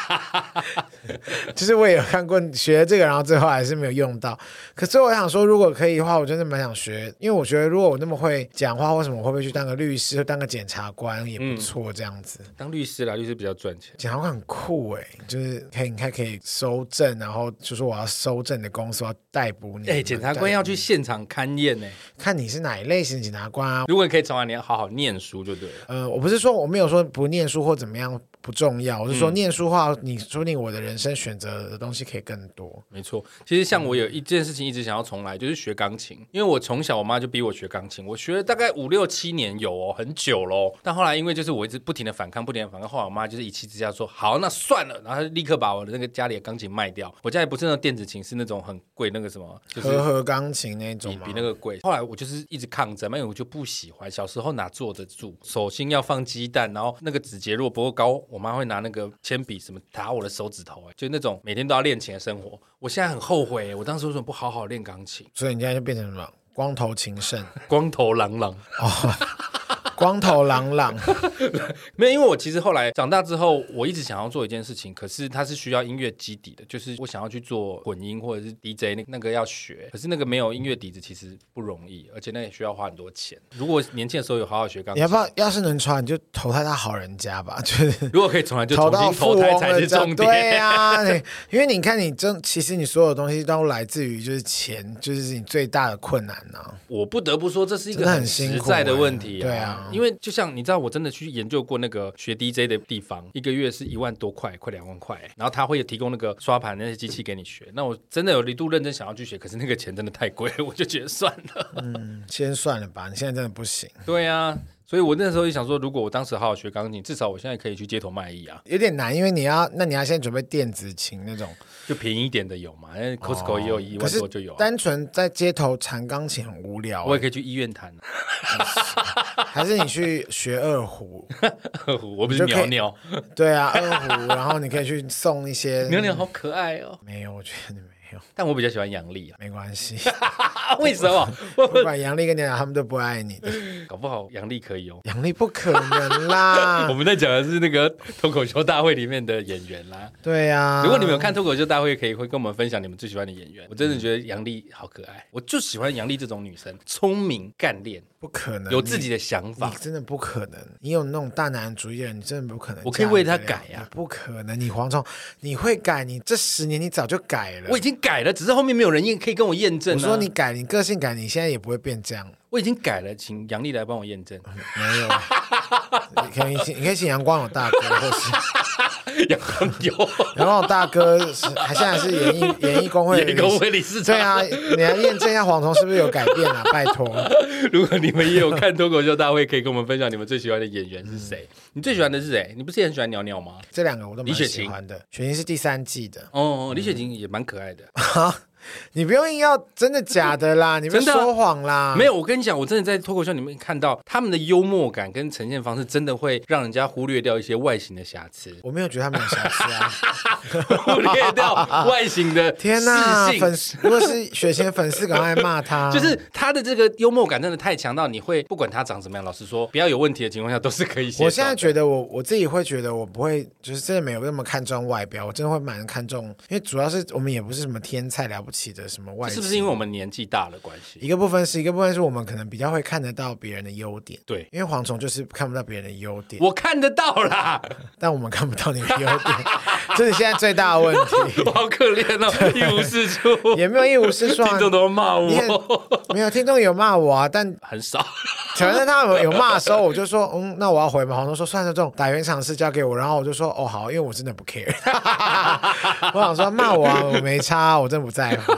[SPEAKER 2] 就是我也有看过学了这个，然后最后还是没有用到。可是我想说，如果可以的话，我真的蛮想学，因为我觉得如果我那么会讲话，为什么我会不会去当个律师、或当个检察官也不
[SPEAKER 1] 嗯
[SPEAKER 2] 错？这样子，
[SPEAKER 1] 当律师啦，律师比较赚钱。
[SPEAKER 2] 检察官很酷哎、就是可以，你看可以搜证，然后就说我要搜证你的公司我要逮捕你。
[SPEAKER 1] 哎、检察官要去现场勘验呢、
[SPEAKER 2] 看你是哪一类型的检察官啊，
[SPEAKER 1] 如果你可以从来你要好好念书就对了。
[SPEAKER 2] 呃，我不是说我没有说不念书或怎么样不重要，我是说
[SPEAKER 1] 嗯
[SPEAKER 2] 念书的话，你说不定我的人生选择的东西可以更多。
[SPEAKER 1] 没错，其实像我有一件事情一直想要重来，就是学钢琴。因为我从小我妈就逼我学钢琴，我学了大概五六七年有哦，很久喽。但后来因为就是我一直不停的反抗，不停的反抗，后来我妈就是一气之下说好，那算了，然后她就立刻把我的那个家里的钢琴卖掉。我家里不是那种电子琴，是那种很贵那个什么，就是
[SPEAKER 2] 和和钢琴那种
[SPEAKER 1] 比
[SPEAKER 2] 嘛
[SPEAKER 1] 比，那个贵。后来我就是一直抗争，因为我就不喜欢。小时候哪坐得住，手心要放鸡蛋，然后那个指节如果不够高，我妈会拿那个铅笔什么打我的手指头、哎，就那种每天都要练琴的生活。我现在很后悔、哎我当时为什么不好好练钢琴？
[SPEAKER 2] 所以你现在就变成什么光头情圣、
[SPEAKER 1] 光头郎朗，
[SPEAKER 2] 光头 郎朗，
[SPEAKER 1] 没有，因为我其实后来长大之后，我一直想要做一件事情，可是它是需要音乐基底的，就是我想要去做混音或者是 DJ 那那个要学，可是那个没有音乐底子其实不容易，而且那也需要花很多钱。如果年轻的时候有好好学钢
[SPEAKER 2] 你
[SPEAKER 1] 琴，
[SPEAKER 2] 要不要？要是能传，你就投胎到好人家吧，就是。
[SPEAKER 1] 如果可以重来，就重
[SPEAKER 2] 到
[SPEAKER 1] 新
[SPEAKER 2] 富
[SPEAKER 1] 投胎
[SPEAKER 2] 翁
[SPEAKER 1] 才
[SPEAKER 2] 的
[SPEAKER 1] 是重点。
[SPEAKER 2] 对啊，你因为你看，你真其实你所有东西都来自于就是钱，就是你最大的困难呐、啊。
[SPEAKER 1] 我不得不说，这是一个
[SPEAKER 2] 真的很辛
[SPEAKER 1] 实
[SPEAKER 2] 苦
[SPEAKER 1] 在的
[SPEAKER 2] 欸
[SPEAKER 1] 问题、
[SPEAKER 2] 对啊
[SPEAKER 1] 因为就像你知道，我真的去研究过那个学 DJ 的地方，一个月是一万多块，快两万块欸、然后他会提供那个刷盘那些机器给你学。那我真的有一度认真想要去学，可是那个钱真的太贵，我就觉得算 了。
[SPEAKER 2] 先算了吧，你现在真的不行，
[SPEAKER 1] 对啊，所以我那时候就想说，如果我当时好好学钢琴，至少我现在可以去街头卖艺啊，
[SPEAKER 2] 有点难，因为你要那你要先准备电子琴那种。
[SPEAKER 1] 就便宜一点的有嘛，因为 Costco 也有一
[SPEAKER 2] 哦可
[SPEAKER 1] 万
[SPEAKER 2] 是
[SPEAKER 1] 多就有、啊。
[SPEAKER 2] 单纯在街头弹钢琴很无聊、
[SPEAKER 1] 我也可以去医院弹、啊，
[SPEAKER 2] 还是你去学二胡？
[SPEAKER 1] 啊 我不是
[SPEAKER 2] 你就可
[SPEAKER 1] 鸟
[SPEAKER 2] 以
[SPEAKER 1] 鸟，
[SPEAKER 2] 对啊，二胡，然后你可以去 送一些。
[SPEAKER 1] 鸟鸟好可爱哦。
[SPEAKER 2] 没有，我觉得你没有，
[SPEAKER 1] 但我比较喜欢杨丽啊。
[SPEAKER 2] 没关系。
[SPEAKER 1] 为什么？我
[SPEAKER 2] 不管杨丽跟娘娘他们都不爱你 的，
[SPEAKER 1] 搞不好杨丽可以哦。
[SPEAKER 2] 杨丽不可能啦
[SPEAKER 1] 我。们在讲的是那个 脱口秀大会里面的演员啦。
[SPEAKER 2] 对啊呀、
[SPEAKER 1] 如果你们有看脱口秀大会，可以会跟我们分享你们最喜欢的演员。我真的觉得杨丽好可爱，我就喜欢杨丽这种女生，聪明干练，
[SPEAKER 2] 不可能，
[SPEAKER 1] 有自己的想
[SPEAKER 2] 你
[SPEAKER 1] 法
[SPEAKER 2] 你。真的不可能，你有那种大男主义的人，你真的不可 能。
[SPEAKER 1] 我可以为他改啊呀
[SPEAKER 2] 你不可能，你蝗虫，你会改，你这十年你早就改了。
[SPEAKER 1] 我已经改了，只是后面没有人验可以跟我验证、啊。
[SPEAKER 2] 嗯我说你改，你个性改，你现在也不会变这样。
[SPEAKER 1] 我已经改了，请杨丽来帮我验证。
[SPEAKER 2] 没有，你可以请，你可以请阳光有大哥，或是
[SPEAKER 1] 杨光友，
[SPEAKER 2] 阳光有大哥是，还现在是演艺演艺工会的
[SPEAKER 1] 演艺 工会理事长
[SPEAKER 2] 对啊，你要验证一下蝗虫是不是有改变 啊？拜托，
[SPEAKER 1] 如果你们也有看脱口秀大会，可以跟我们分享你们最喜欢的演员是谁？你最喜欢的是谁？你不是也很喜欢鸟鸟吗？
[SPEAKER 2] 这两个我都蛮
[SPEAKER 1] 李雪
[SPEAKER 2] 喜
[SPEAKER 1] 琴
[SPEAKER 2] 欢的。雪晴是第三季的，
[SPEAKER 1] 哦，
[SPEAKER 2] 嗯
[SPEAKER 1] 李雪琴也蛮可爱的。
[SPEAKER 2] 你不用硬要真的假的啦，你们
[SPEAKER 1] 真的啊
[SPEAKER 2] 说谎啦，，
[SPEAKER 1] 没有，我跟你讲，我真的在脱口秀里面看到他们的幽默感跟呈现方式，真的会让人家忽略掉一些外形的瑕疵
[SPEAKER 2] 我没有觉得他们有瑕疵啊。
[SPEAKER 1] 忽略 掉外形的
[SPEAKER 2] 天
[SPEAKER 1] 呐
[SPEAKER 2] 呐，，粉丝如果是雪贤粉丝，赶快骂 他。
[SPEAKER 1] 就是他的这个幽默感真的太强到你会不管他长什么样，老实说，不要有问题的情况下都是可以接受的。
[SPEAKER 2] 我现在觉得我我自己会觉得我不会，就是真的没有那么看重外表，我真的会蛮看重，因为主要是我们也不是什么天才了不起的什么外
[SPEAKER 1] 这
[SPEAKER 2] 形，
[SPEAKER 1] 是不是因为我们年纪大了关系？
[SPEAKER 2] 一个部分是一个部分是我们可能比较会看得到别人的优点，
[SPEAKER 1] 对
[SPEAKER 2] 因为蝗虫就是看不到别人的优点，
[SPEAKER 1] 我看得到啦，
[SPEAKER 2] 但我们看不到你的优点， 这是现在最大的问 题，
[SPEAKER 1] 我好可怜哦，一无是处，
[SPEAKER 2] 也没有一无是处啊，
[SPEAKER 1] 听众都骂
[SPEAKER 2] 你很
[SPEAKER 1] 我，
[SPEAKER 2] 没有听众有骂我啊，但
[SPEAKER 1] 很少。
[SPEAKER 2] 承认他有有骂的时候，我就说，嗯，那我要回嘛。黄东说，算了，这种打圆场是交给我。然后我就说，哦，好，因为我真的不 care。我想说骂我、啊，我没差，我真的不在乎，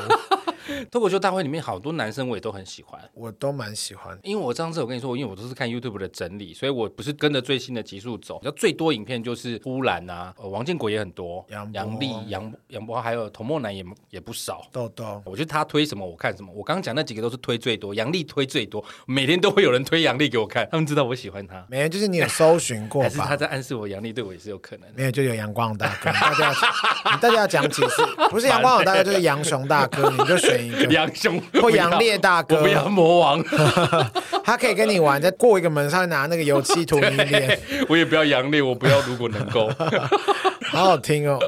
[SPEAKER 1] 脱口秀大会里面好多男生我也都很喜欢，
[SPEAKER 2] 我都蛮喜欢。
[SPEAKER 1] 因为我上次我跟你说，因为我都是看 YouTube 的整理，所以我不是跟着最新的集数走。比较最多影片就是呼兰啊，呃，王建国也很多，
[SPEAKER 2] 杨啊波
[SPEAKER 1] 杨丽、杨杨波，还有童梦楠也也不少。
[SPEAKER 2] 豆豆，
[SPEAKER 1] 我觉得他推什么我看什么，我刚刚讲那几个都是推最多，杨丽推最多，每天都会有人推杨丽给我看，他们知道我喜欢他，
[SPEAKER 2] 没有，就是你有搜寻过
[SPEAKER 1] 还是他
[SPEAKER 2] 吧？
[SPEAKER 1] 在暗示我杨丽对我也是有可能的。
[SPEAKER 2] 没有，就有阳光大哥，大家要你大家要讲几次？不是阳光大哥，就是杨雄大哥，你就选 一个。
[SPEAKER 1] 杨雄
[SPEAKER 2] 或
[SPEAKER 1] 不要
[SPEAKER 2] 杨烈大哥
[SPEAKER 1] 我不要魔王，
[SPEAKER 2] 他可以跟你玩，再过一个门上拿那个油漆涂你 脸，
[SPEAKER 1] 我也不要杨烈，我不要如果能够。
[SPEAKER 2] 好好听哦。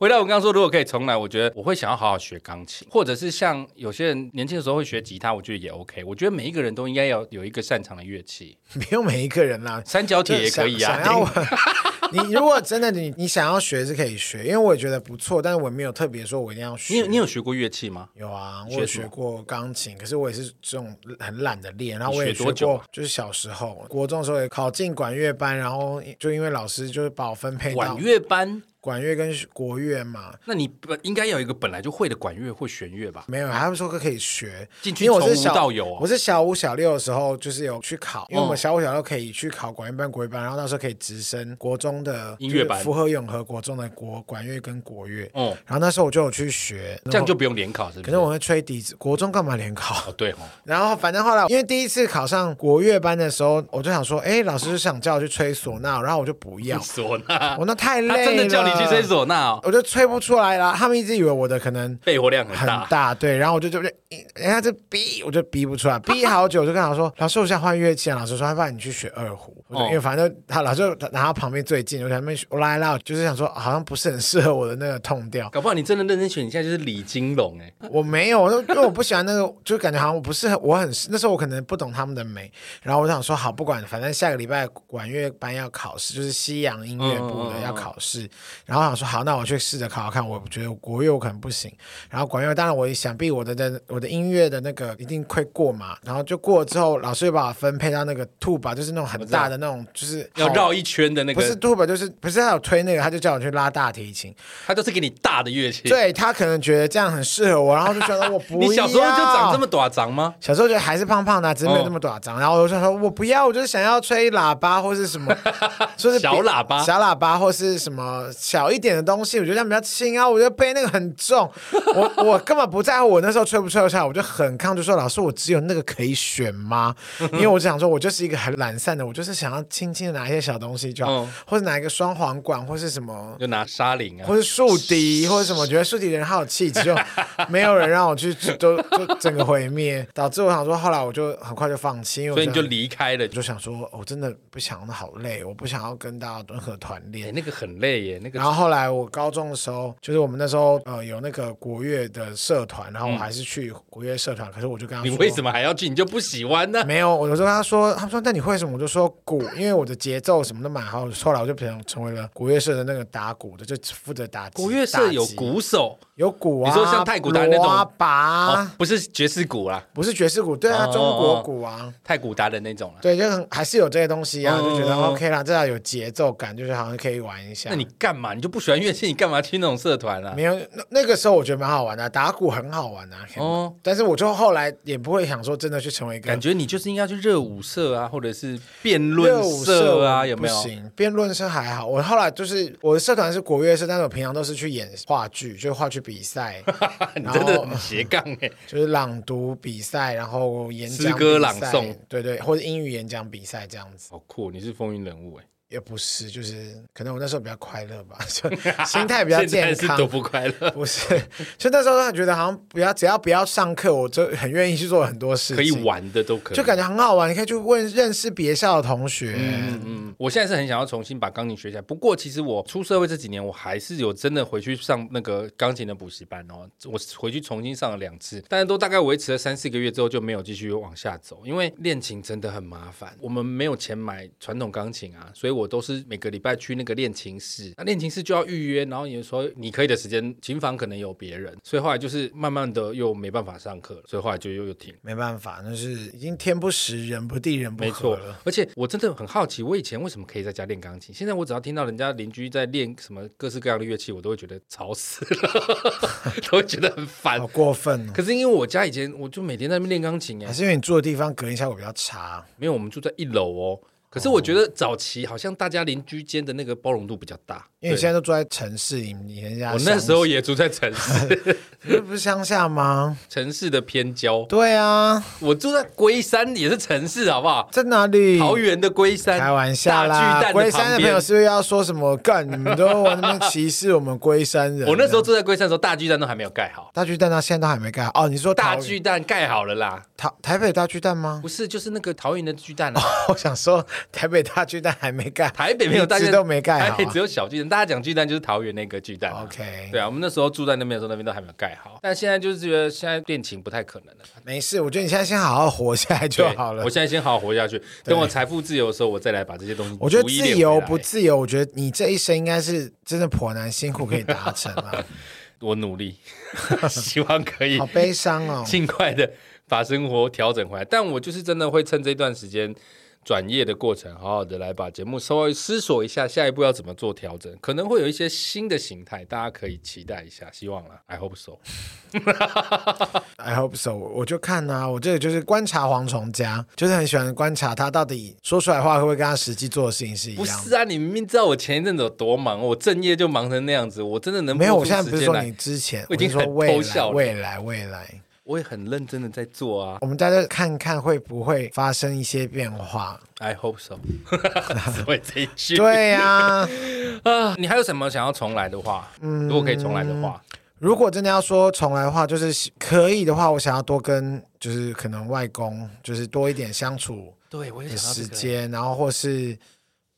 [SPEAKER 1] 回到我刚刚说，如果可以重来，我觉得我会想要好好学钢琴，或者是像有些人年轻的时候会学吉他，我觉得也 OK。我觉得每一个人都应该要有一个擅长的乐器，
[SPEAKER 2] 不用每一个人啦，
[SPEAKER 1] 三角铁也可以啊。
[SPEAKER 2] 想想要我你如果真的你你想要学是可以学，因为我也觉得不错，但是我没有特别说我一定要学。
[SPEAKER 1] 你有你有学过乐器吗？
[SPEAKER 2] 有啊，我
[SPEAKER 1] 学
[SPEAKER 2] 有
[SPEAKER 1] 什么
[SPEAKER 2] 学过钢琴，可是我也是这种很懒的练，然后我也
[SPEAKER 1] 你学多
[SPEAKER 2] 学
[SPEAKER 1] 久
[SPEAKER 2] 过
[SPEAKER 1] 啊，
[SPEAKER 2] 就是小时候国中的时候也考进管乐班，然后就因为老师就是把我分配
[SPEAKER 1] 管
[SPEAKER 2] 到
[SPEAKER 1] 乐班？
[SPEAKER 2] 管乐跟国乐嘛，
[SPEAKER 1] 那你本应该要有一个本来就会的管乐或弦乐吧？
[SPEAKER 2] 没有，他们说可以学，
[SPEAKER 1] 进去
[SPEAKER 2] 因为我是
[SPEAKER 1] 从无
[SPEAKER 2] 小
[SPEAKER 1] 到有啊嗯
[SPEAKER 2] 我是小五小六的时候就是有去考，因为我们小五小六可以去考管乐班、国乐班，然后那时候可以直升国中的
[SPEAKER 1] 音乐班
[SPEAKER 2] 就是符合永和国中的国管乐跟国乐。
[SPEAKER 1] 哦
[SPEAKER 2] 然后那时候我就有去学，
[SPEAKER 1] 这样就
[SPEAKER 2] 然后
[SPEAKER 1] 不用联考，是不
[SPEAKER 2] 可
[SPEAKER 1] 是？
[SPEAKER 2] 是我会吹笛子，国中干嘛联考
[SPEAKER 1] 哦，？对哦，
[SPEAKER 2] 然后反正后来，因为第一次考上国乐班的时候，我就想说，哎，老师想叫我去吹唢呐，然后我就不要，
[SPEAKER 1] 唢呐，
[SPEAKER 2] 我那太累
[SPEAKER 1] 他
[SPEAKER 2] 了，
[SPEAKER 1] 真的叫你去吹，唢呐哦，
[SPEAKER 2] 我就吹不出来啦。他们一直以为我的可能
[SPEAKER 1] 肺活量很
[SPEAKER 2] 很
[SPEAKER 1] 大。
[SPEAKER 2] 大，对，然后我就就就，人家这逼我就逼不出来，逼好久，我就跟老 师说，老师我想换乐器啊，老师说，要不然你去学二胡，我就
[SPEAKER 1] 哦
[SPEAKER 2] 因为反正他老师就拿他旁边最近，我想那边我拉一拉，我就是想说好像不是很适合我的那个痛调，
[SPEAKER 1] 搞不好你真的认真学，你现在就是李金龙哎，
[SPEAKER 2] 我没有，因为我不喜欢那个，就感觉好像我不是很，我很那时候我可能不懂他们的美，然后我想说好，不管，反正下个礼拜管乐班要考试，就是西洋音乐部的要考试，然后我想说好，那我去试着考考看，我觉得国乐我可能不行，然后管乐当然我也想必我的的我的音乐的那个一定会过嘛，然后就过了之后，老师又把我分配到那个 t u 吧，就是那种很大的那种，就是
[SPEAKER 1] 要
[SPEAKER 2] 好
[SPEAKER 1] 绕一圈的那
[SPEAKER 2] 不是
[SPEAKER 1] 个，
[SPEAKER 2] t u 吧，就是不是他有推那个，他就叫我去拉大提琴，
[SPEAKER 1] 他都是给你大的乐器。
[SPEAKER 2] 对他可能觉得这样很适合我，然后就觉得我不
[SPEAKER 1] 你小时候就长这
[SPEAKER 2] 要
[SPEAKER 1] 么短长吗？
[SPEAKER 2] 小时候觉得还是胖胖的啊，只是没有那么短 长。然后我就想说，我不要，我就是想要吹喇叭或是什么，说是比
[SPEAKER 1] 小喇叭
[SPEAKER 2] 小喇叭或是什么小小一点的东西，我觉得这样比较轻啊，我觉得背那个很重， 我我根本不在乎我那时候吹不吹得下来，我就很抗拒说老师，我只有那个可以选 吗？因为我只想说，我就是一个很懒散的，我就是想要轻轻的拿一些小东西就好，
[SPEAKER 1] 嗯
[SPEAKER 2] 或者拿一个双簧管，或是什么。
[SPEAKER 1] 就拿沙林啊
[SPEAKER 2] 或，是竖笛，或者什么，觉得竖笛的人好有气质，就没有人让我去，都就整个毁灭，导致我想说，后来我就很快就放弃，因为我
[SPEAKER 1] 所以你
[SPEAKER 2] 真
[SPEAKER 1] 就
[SPEAKER 2] 的
[SPEAKER 1] 离开了
[SPEAKER 2] 我。就想说，我真的不想，那好累，我不想要跟大家任何团
[SPEAKER 1] 哎，
[SPEAKER 2] 练。
[SPEAKER 1] 那个很累耶，那个
[SPEAKER 2] 然后后来我高中的时候，就是我们那时候呃有那个国乐的社团，然后我还是去国乐社团，可是我就跟他
[SPEAKER 1] 嗯你
[SPEAKER 2] 说，
[SPEAKER 1] 为什么还要去？你就不喜欢呢？
[SPEAKER 2] 没有，我就跟他说，他说那你会什么？我就说鼓，因为我的节奏什么都蛮好。后来我就成成为了国乐社的那个打鼓的，就负责打击。
[SPEAKER 1] 国乐社有
[SPEAKER 2] 打击
[SPEAKER 1] 鼓手
[SPEAKER 2] 有鼓啊，
[SPEAKER 1] 你说像太鼓达人那种
[SPEAKER 2] 锣啊拔
[SPEAKER 1] 哦
[SPEAKER 2] 啊，，
[SPEAKER 1] 不是爵士鼓啦，
[SPEAKER 2] 不是爵士鼓，对啊，
[SPEAKER 1] 哦
[SPEAKER 2] 中国鼓啊，
[SPEAKER 1] 太鼓达人那种啦。
[SPEAKER 2] 对，啊就很还是有这些东西啊，
[SPEAKER 1] 哦
[SPEAKER 2] 就觉得
[SPEAKER 1] 哦哦
[SPEAKER 2] OK 啦，至少有节奏感，就是好像可以玩一下。
[SPEAKER 1] 那你干嘛？你就不喜欢乐器，你干嘛去那种社团啊
[SPEAKER 2] 没？有那那个时候我觉得蛮好玩的，打鼓很好玩啊。
[SPEAKER 1] 哦
[SPEAKER 2] 但是我就后来也不会想说真的去成为一个
[SPEAKER 1] 感觉你就是应该去热舞社啊，或者是辩
[SPEAKER 2] 热
[SPEAKER 1] 论
[SPEAKER 2] 舞
[SPEAKER 1] 社啊，
[SPEAKER 2] 我
[SPEAKER 1] 有没有
[SPEAKER 2] 不？行，辩论社还好。我后来就是我的社团是国乐社，但是我平常都是去演话剧，就话剧 比赛，
[SPEAKER 1] 你
[SPEAKER 2] 然
[SPEAKER 1] 真的
[SPEAKER 2] 后
[SPEAKER 1] 很斜杠哎、
[SPEAKER 2] 就是朗读比赛，然后演讲
[SPEAKER 1] 诗歌
[SPEAKER 2] 比
[SPEAKER 1] 朗
[SPEAKER 2] 赛
[SPEAKER 1] 诵，
[SPEAKER 2] 对对，或者英语演讲比赛这样子。
[SPEAKER 1] 好酷！你是风云人物哎、
[SPEAKER 2] 也不是，就是可能我那时候比较快乐吧， 就心态比较健
[SPEAKER 1] 现在
[SPEAKER 2] 康
[SPEAKER 1] 是都。不快乐，
[SPEAKER 2] 不 是，就那时候他觉得好像不要，只要不要上课，我就很愿意去做很多事情，
[SPEAKER 1] 可以玩的都可以，
[SPEAKER 2] 就感觉很好玩。你可以去问认识别校的同学，
[SPEAKER 1] 嗯，我现在是很想要重新把钢琴学起来。不过，其实我出社会这几年，我还是有真的回去上那个钢琴的补习班哦。我回去重新上了两次，但是都大概维持了三四个月之后就没有继续往下走，因为练琴真的很麻烦。我们没有钱买传统钢琴啊，所以我都是每个礼拜去那个练琴室。那练琴室就要预约，然后有时候你可以的时间，琴房可能有别人，所以后来就是慢慢的又没办法上课了，所以后来就又又停。
[SPEAKER 2] 没办法，那是已经天不时人不地人不
[SPEAKER 1] 没
[SPEAKER 2] 合
[SPEAKER 1] 错
[SPEAKER 2] 了。，
[SPEAKER 1] 而且我真的很好奇，我以前为什么可以在家练钢琴？现在我只要听到人家邻居在练什么各式各样的乐器，我都会觉得吵死 了，都会觉得很烦
[SPEAKER 2] 好。过分哦！
[SPEAKER 1] 可是因为我家以前我就每天在那边练钢琴
[SPEAKER 2] 还
[SPEAKER 1] 哎，
[SPEAKER 2] 是因为你住的地方隔音效果比较差，
[SPEAKER 1] 没有我们住在一楼哦。可是我觉得早期好像大家邻居间的那个包容度比较大，
[SPEAKER 2] 因为你
[SPEAKER 1] 对
[SPEAKER 2] 现在都住在城市里，你人家
[SPEAKER 1] 我那时候也住在城 市，
[SPEAKER 2] 这不是乡下吗？
[SPEAKER 1] 城市的偏郊，
[SPEAKER 2] 对啊，
[SPEAKER 1] 我住在龟山也是城市，好不好？
[SPEAKER 2] 在哪里？
[SPEAKER 1] 桃园的龟山，
[SPEAKER 2] 开玩笑
[SPEAKER 1] 大巨
[SPEAKER 2] 啦，
[SPEAKER 1] 蛋
[SPEAKER 2] 龟
[SPEAKER 1] 的
[SPEAKER 2] 山
[SPEAKER 1] 旁
[SPEAKER 2] 的朋友
[SPEAKER 1] 边。
[SPEAKER 2] 是不是要说什么干？你们都往那边歧视我们龟山人？啊
[SPEAKER 1] 我那时候住在龟山的时候，大巨蛋都还没有盖好。
[SPEAKER 2] 大巨蛋到现在都还没盖好哦。你说
[SPEAKER 1] 大
[SPEAKER 2] 桃
[SPEAKER 1] 巨嗯蛋盖好了啦，
[SPEAKER 2] 桃台北大巨蛋吗
[SPEAKER 1] 不？是，就是那个桃园的巨蛋啊，
[SPEAKER 2] 我想说台北大巨蛋还没盖，
[SPEAKER 1] 台北没有大
[SPEAKER 2] 一
[SPEAKER 1] 巨
[SPEAKER 2] 直
[SPEAKER 1] 蛋，
[SPEAKER 2] 都没盖好
[SPEAKER 1] 台北只有小巨蛋。大家讲巨蛋就是桃园那个巨蛋啊、
[SPEAKER 2] 啊。OK，
[SPEAKER 1] 对啊，我们那时候住在那边的时候，那边都还没有盖好，但现在就是觉得现在恋情不太可能了。
[SPEAKER 2] 没事，我觉得你现在先好好活下来就
[SPEAKER 1] 对
[SPEAKER 2] 好了
[SPEAKER 1] 我。现在先好好活下去，等我财富自由的时候，我再来把这些东西。
[SPEAKER 2] 我觉得自由不，自由，我觉得你这一生应该是真的颇难辛苦可以达 成啊，
[SPEAKER 1] 我努力， 希望可以
[SPEAKER 2] 好悲伤哦。
[SPEAKER 1] 尽快的把生活调整回来。但我就是真的会趁这段时间转业的过程，好好的来把节目稍微思索一下，下一步要怎么做调整，可能会有一些新的形态，大家可以期待一下，希望啦，I hope so。
[SPEAKER 2] I hope so，我就看啊，我这个就是观察蝗虫家，就是很喜欢观察他到底说出来的话会不会跟他实际做的事情是一
[SPEAKER 1] 不
[SPEAKER 2] 样
[SPEAKER 1] 是
[SPEAKER 2] 的。
[SPEAKER 1] 啊，你明明知道我前一阵子有多忙，我正业就忙成那样子，我真的能
[SPEAKER 2] 没有，
[SPEAKER 1] 拨
[SPEAKER 2] 我
[SPEAKER 1] 出
[SPEAKER 2] 现在
[SPEAKER 1] 时
[SPEAKER 2] 不是
[SPEAKER 1] 间
[SPEAKER 2] 说
[SPEAKER 1] 来
[SPEAKER 2] 你之前，
[SPEAKER 1] 我已经
[SPEAKER 2] 我是说
[SPEAKER 1] 很
[SPEAKER 2] 未
[SPEAKER 1] 偷笑
[SPEAKER 2] 来，
[SPEAKER 1] 了
[SPEAKER 2] 未来，未来，
[SPEAKER 1] 我也很认真的在做啊
[SPEAKER 2] 我们大家看看会不会发生一些变化。
[SPEAKER 1] ，I hope so。只会这一句。
[SPEAKER 2] 对呀、
[SPEAKER 1] 啊，你还有什么想要重来的话？
[SPEAKER 2] 嗯
[SPEAKER 1] 如果可以重来的话，
[SPEAKER 2] 如果真的要说重来的话，就是可以的话，我想要多跟就是可能外公就是多一点相处
[SPEAKER 1] 对我也
[SPEAKER 2] 的
[SPEAKER 1] 想要这
[SPEAKER 2] 时
[SPEAKER 1] 个
[SPEAKER 2] 间，然后或是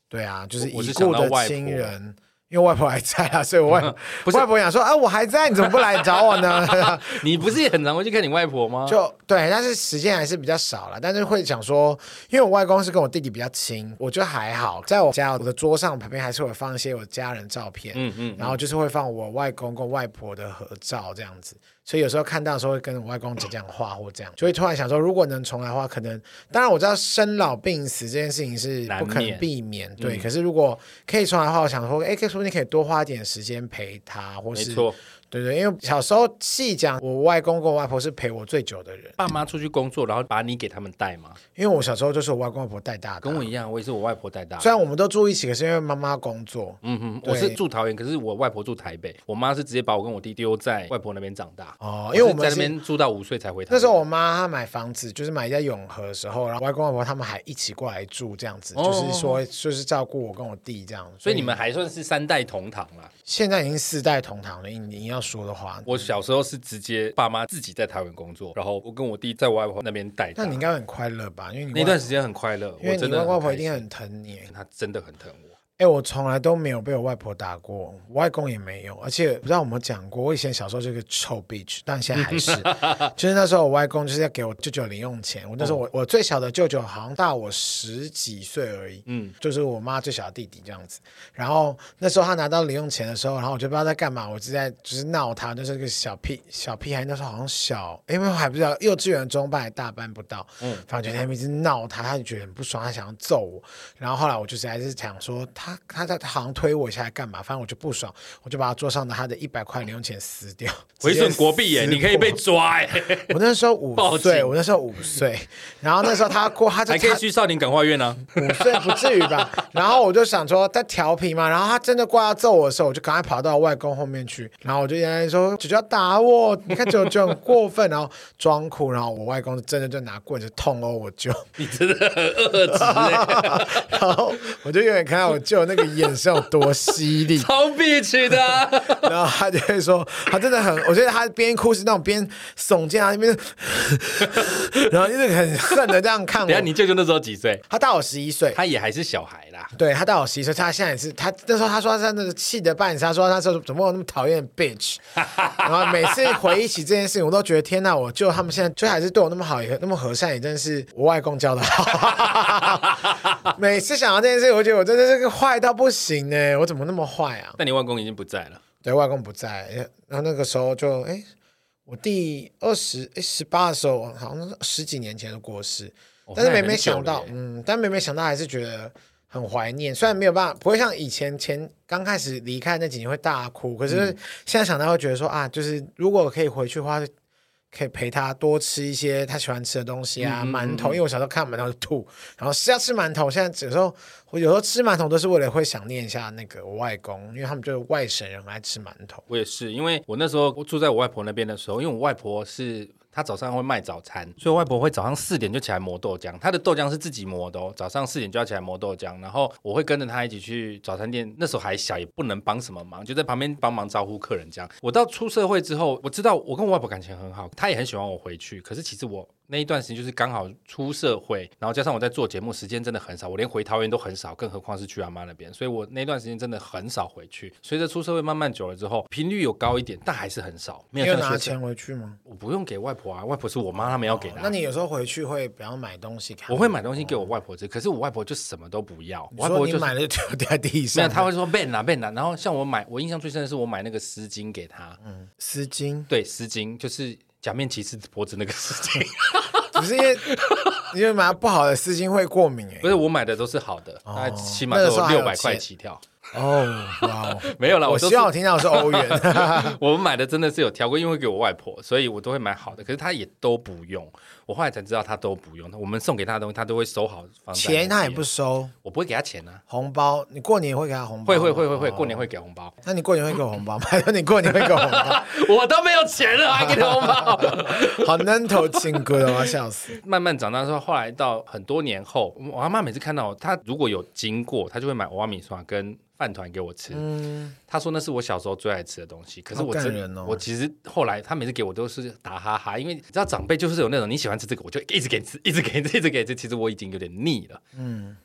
[SPEAKER 2] 对啊，就是
[SPEAKER 1] 我我
[SPEAKER 2] 已
[SPEAKER 1] 是
[SPEAKER 2] 故
[SPEAKER 1] 想到
[SPEAKER 2] 的
[SPEAKER 1] 外
[SPEAKER 2] 亲
[SPEAKER 1] 婆
[SPEAKER 2] 人。因为外婆还在啊，所以我外
[SPEAKER 1] 不是
[SPEAKER 2] 外婆想说啊，我还在，你怎么不来找我呢？
[SPEAKER 1] 你不是也很常会去看你外婆吗？
[SPEAKER 2] 就对，但是时间还是比较少了，但是会想说，因为我外公是跟我弟弟比较亲，我觉得还好，在我家我的桌上旁边还是会放一些我家人照片，嗯嗯，然后就是会放我外公跟我外婆的合照这样子，所以有时候看到的时候会跟我外公讲讲话或这样，就会突然想说，如果能重来的话，可能当然我知道生老病死这件事情是不
[SPEAKER 1] 难
[SPEAKER 2] 可能
[SPEAKER 1] 免
[SPEAKER 2] 避免，对，哎可是如果可以重来的话，我想说，哎，可以说不定可以多花一点时间陪他，或
[SPEAKER 1] 没
[SPEAKER 2] 是
[SPEAKER 1] 错，
[SPEAKER 2] 对对，因为小时候细讲，我外公跟我外婆是陪我最久的人，
[SPEAKER 1] 爸妈出去工作，然后把你给他们带吗？
[SPEAKER 2] 因为我小时候就是我外公外婆带大的啊。
[SPEAKER 1] 跟我一样，我也是我外婆带大的。
[SPEAKER 2] 虽然我们都住一起，可是因为妈妈工作，
[SPEAKER 1] 嗯哼，
[SPEAKER 2] 对
[SPEAKER 1] 我是住桃园，可是我外婆住台北，我妈是直接把我跟我弟丢在外婆那边长大。
[SPEAKER 2] 哦因为我
[SPEAKER 1] 是
[SPEAKER 2] 们
[SPEAKER 1] 在
[SPEAKER 2] 是
[SPEAKER 1] 那边住到五岁才回台北。
[SPEAKER 2] 那时候我妈她买房子，就是买在永和的时候，然后外公外婆他们还一起过来住，这样子，
[SPEAKER 1] 哦
[SPEAKER 2] 就是说就是照顾我跟我弟这样。
[SPEAKER 1] 所以你们还算是三代同堂啦。
[SPEAKER 2] 现在已经四代同堂了，你你要说的话，
[SPEAKER 1] 我小时候是直接爸妈自己在台湾工作，然后我跟我弟在我外婆那边带大。
[SPEAKER 2] 那你应该很快乐吧？因为你
[SPEAKER 1] 那段时间很快乐，
[SPEAKER 2] 因
[SPEAKER 1] 我
[SPEAKER 2] 为你
[SPEAKER 1] 真
[SPEAKER 2] 外
[SPEAKER 1] 的
[SPEAKER 2] 公外婆
[SPEAKER 1] 开
[SPEAKER 2] 一定
[SPEAKER 1] 心
[SPEAKER 2] 很疼你。
[SPEAKER 1] 他真的很疼我。
[SPEAKER 2] 哎、我从来都没有被我外婆打过，我外公也没有，而且不知道有没有讲过，我以前小时候就是个臭 bitch，但现在还是， 就是那时候我外公就是要给我舅舅零用钱，我那
[SPEAKER 1] 哦
[SPEAKER 2] 时候我、我最小的舅舅好像大我十几岁而已，嗯，就是我妈最小的弟弟这样子。然后那时候他拿到零用钱的时候，然后我就不知道在干嘛，我就在就是闹他，就是个小屁小屁孩，那时候好像小，因为我还不知道幼稚园中班还大班不到，嗯，反正就在那边一直闹他，他就觉得很不爽，他想要揍我。然后后来我就是还是想说他他在他好像推我一下来干嘛，反正我就不爽，我就把桌上的他的一百块零用钱撕掉，
[SPEAKER 1] 回损国币耶，
[SPEAKER 2] 直接撕
[SPEAKER 1] 你可以被
[SPEAKER 2] 破
[SPEAKER 1] 抓耶，
[SPEAKER 2] 我那时候五
[SPEAKER 1] 报
[SPEAKER 2] 岁，
[SPEAKER 1] 警
[SPEAKER 2] 我那时候五岁，然后那时候他过，他就
[SPEAKER 1] 还可以
[SPEAKER 2] 他
[SPEAKER 1] 去少年感化院 啊。
[SPEAKER 2] 五岁不至于吧？然后我就想说他调皮嘛，然后他真的过来要揍我的时候，我就赶快跑到外公后面去，然后我就原来说舅舅要打我，你看舅舅很过分，然后装哭，然后我外公就真的就拿棍子痛殴我舅，
[SPEAKER 1] 你真的很恶质耶，
[SPEAKER 2] 然后我就远远看到我舅那个眼神有多犀利，
[SPEAKER 1] 超必取的啊。
[SPEAKER 2] 然后他就会说，他真的很，我觉得他边哭是那种边耸肩，然后一边， 然后一直很恨的这样看
[SPEAKER 1] 等一下
[SPEAKER 2] 我。
[SPEAKER 1] 你舅舅那时候几岁？
[SPEAKER 2] 他大我十一岁，
[SPEAKER 1] 他也还是小孩啦。
[SPEAKER 2] 对他大我十一岁，他现在也是他那时候他说他那个气得半死，他说他说怎么有那么讨厌的 bitch，然后每次回忆起这件事情，我都觉得天哪，我舅他们现在就还是对我那么好，也那么和善，也真是我外公教的好。 每次想到这件事，我觉得我真的是个坏到不行呢、我怎么那么坏啊？
[SPEAKER 1] 但你外公已经不在了，
[SPEAKER 2] 对外公不在，然后那个时候就哎，我弟二十哎十八的时候，好像是十几年前就过世，
[SPEAKER 1] 哦
[SPEAKER 2] 但是
[SPEAKER 1] 那也
[SPEAKER 2] 每
[SPEAKER 1] 很
[SPEAKER 2] 每
[SPEAKER 1] 久
[SPEAKER 2] 想
[SPEAKER 1] 了
[SPEAKER 2] 到
[SPEAKER 1] 耶，
[SPEAKER 2] 嗯，但每每想到还是觉得很怀念，虽然没有办法，不会像以前前刚开始离开那几年会大哭，可
[SPEAKER 1] 嗯
[SPEAKER 2] 是现在想到会觉得说啊，就是如果可以回去的话。可以陪他多吃一些他喜欢吃的东西
[SPEAKER 1] 嗯
[SPEAKER 2] 啊，馒头，因为我小时候看馒头就吐，然后是要吃馒头。现在有时候我有时候吃馒头都是为了会想念一下那个我外公，因为他们就是外省人很爱吃馒头。
[SPEAKER 1] 我也是，因为我那时候住在我外婆那边的时候，因为我外婆是。她早上会卖早餐，所以我外婆会早上四点就起来磨豆浆。她的豆浆是自己磨的哦，早上四点就要起来磨豆浆，然后我会跟着她一起去早餐店。那时候还小，也不能帮什么忙，就在旁边帮忙招呼客人这样。我到出社会之后，我知道我跟我外婆感情很好，她也很喜欢我回去。可是其实我那一段时间就是刚好出社会，然后加上我在做节目，时间真的很少，我连回桃园都很少，更何况是去阿妈那边。所以我那段时间真的很少回去。随着出社会慢慢久了之后，频率有高一点，但还是很少，没
[SPEAKER 2] 你
[SPEAKER 1] 有
[SPEAKER 2] 有
[SPEAKER 1] 像
[SPEAKER 2] 拿
[SPEAKER 1] 学生
[SPEAKER 2] 钱回去吗？哦
[SPEAKER 1] 我不用给外婆啊，外婆是我妈他们要给的啊、
[SPEAKER 2] 那你有时候回去会比方买东西给
[SPEAKER 1] 我
[SPEAKER 2] 他们，
[SPEAKER 1] 会买东西给我外婆吃，可是我外婆就什么都不要，
[SPEAKER 2] 你
[SPEAKER 1] 我外
[SPEAKER 2] 说
[SPEAKER 1] 婆
[SPEAKER 2] 你
[SPEAKER 1] 就是
[SPEAKER 2] 买了就丢在地
[SPEAKER 1] 没
[SPEAKER 2] 上
[SPEAKER 1] 有，
[SPEAKER 2] 的，
[SPEAKER 1] 她会说 Ben 啊 Ben 啊。然后像我买，我印象最深的是我买那个丝巾给她，
[SPEAKER 2] 嗯丝巾，
[SPEAKER 1] 对，丝巾就是假面骑士脖子那个丝 巾。
[SPEAKER 2] 只是因为 因为买不好的丝巾会过敏哎
[SPEAKER 1] 不。是我买的都是好的，大概起码都
[SPEAKER 2] 哦那个时候还有
[SPEAKER 1] 六百块
[SPEAKER 2] 钱
[SPEAKER 1] 起跳。
[SPEAKER 2] 哦，哇 哦，
[SPEAKER 1] 没有啦，
[SPEAKER 2] 我
[SPEAKER 1] 都
[SPEAKER 2] 希
[SPEAKER 1] 是
[SPEAKER 2] 望我听到的是欧元。
[SPEAKER 1] 我们买的真的是有调过，因为给我外婆，所以我都会买好的。可是她也都不用，我后来才知道她都不用。我们送给她的东西，她都会收好放在
[SPEAKER 2] 钱
[SPEAKER 1] 那
[SPEAKER 2] 他也
[SPEAKER 1] 边
[SPEAKER 2] 不，收，
[SPEAKER 1] 我不会给她钱啊。
[SPEAKER 2] 红包你过年也会给他红包吗？
[SPEAKER 1] 会会会会会，
[SPEAKER 2] 哦
[SPEAKER 1] 过年会给红包，
[SPEAKER 2] 那你过年会给我红包吗？还有你过年会给我红包？
[SPEAKER 1] 我都没有钱了，还给你红包。
[SPEAKER 2] 好嫩头亲哥的，我要笑死。
[SPEAKER 1] 慢慢长大之后，后来到很多年后，我阿妈每次看到我，她如果有经过，她就会买娃娃米刷跟饭团给我吃。她说那是我小时候最爱吃的东西。可是
[SPEAKER 2] 嗯好
[SPEAKER 1] 我
[SPEAKER 2] 感
[SPEAKER 1] 真
[SPEAKER 2] 人哦
[SPEAKER 1] 我其实后来她每次给我都是打哈哈，因为你知道长辈就是有那种你喜欢吃这个，我就一直给你吃，一直给你吃，一直给你吃。其实我已经有点腻了。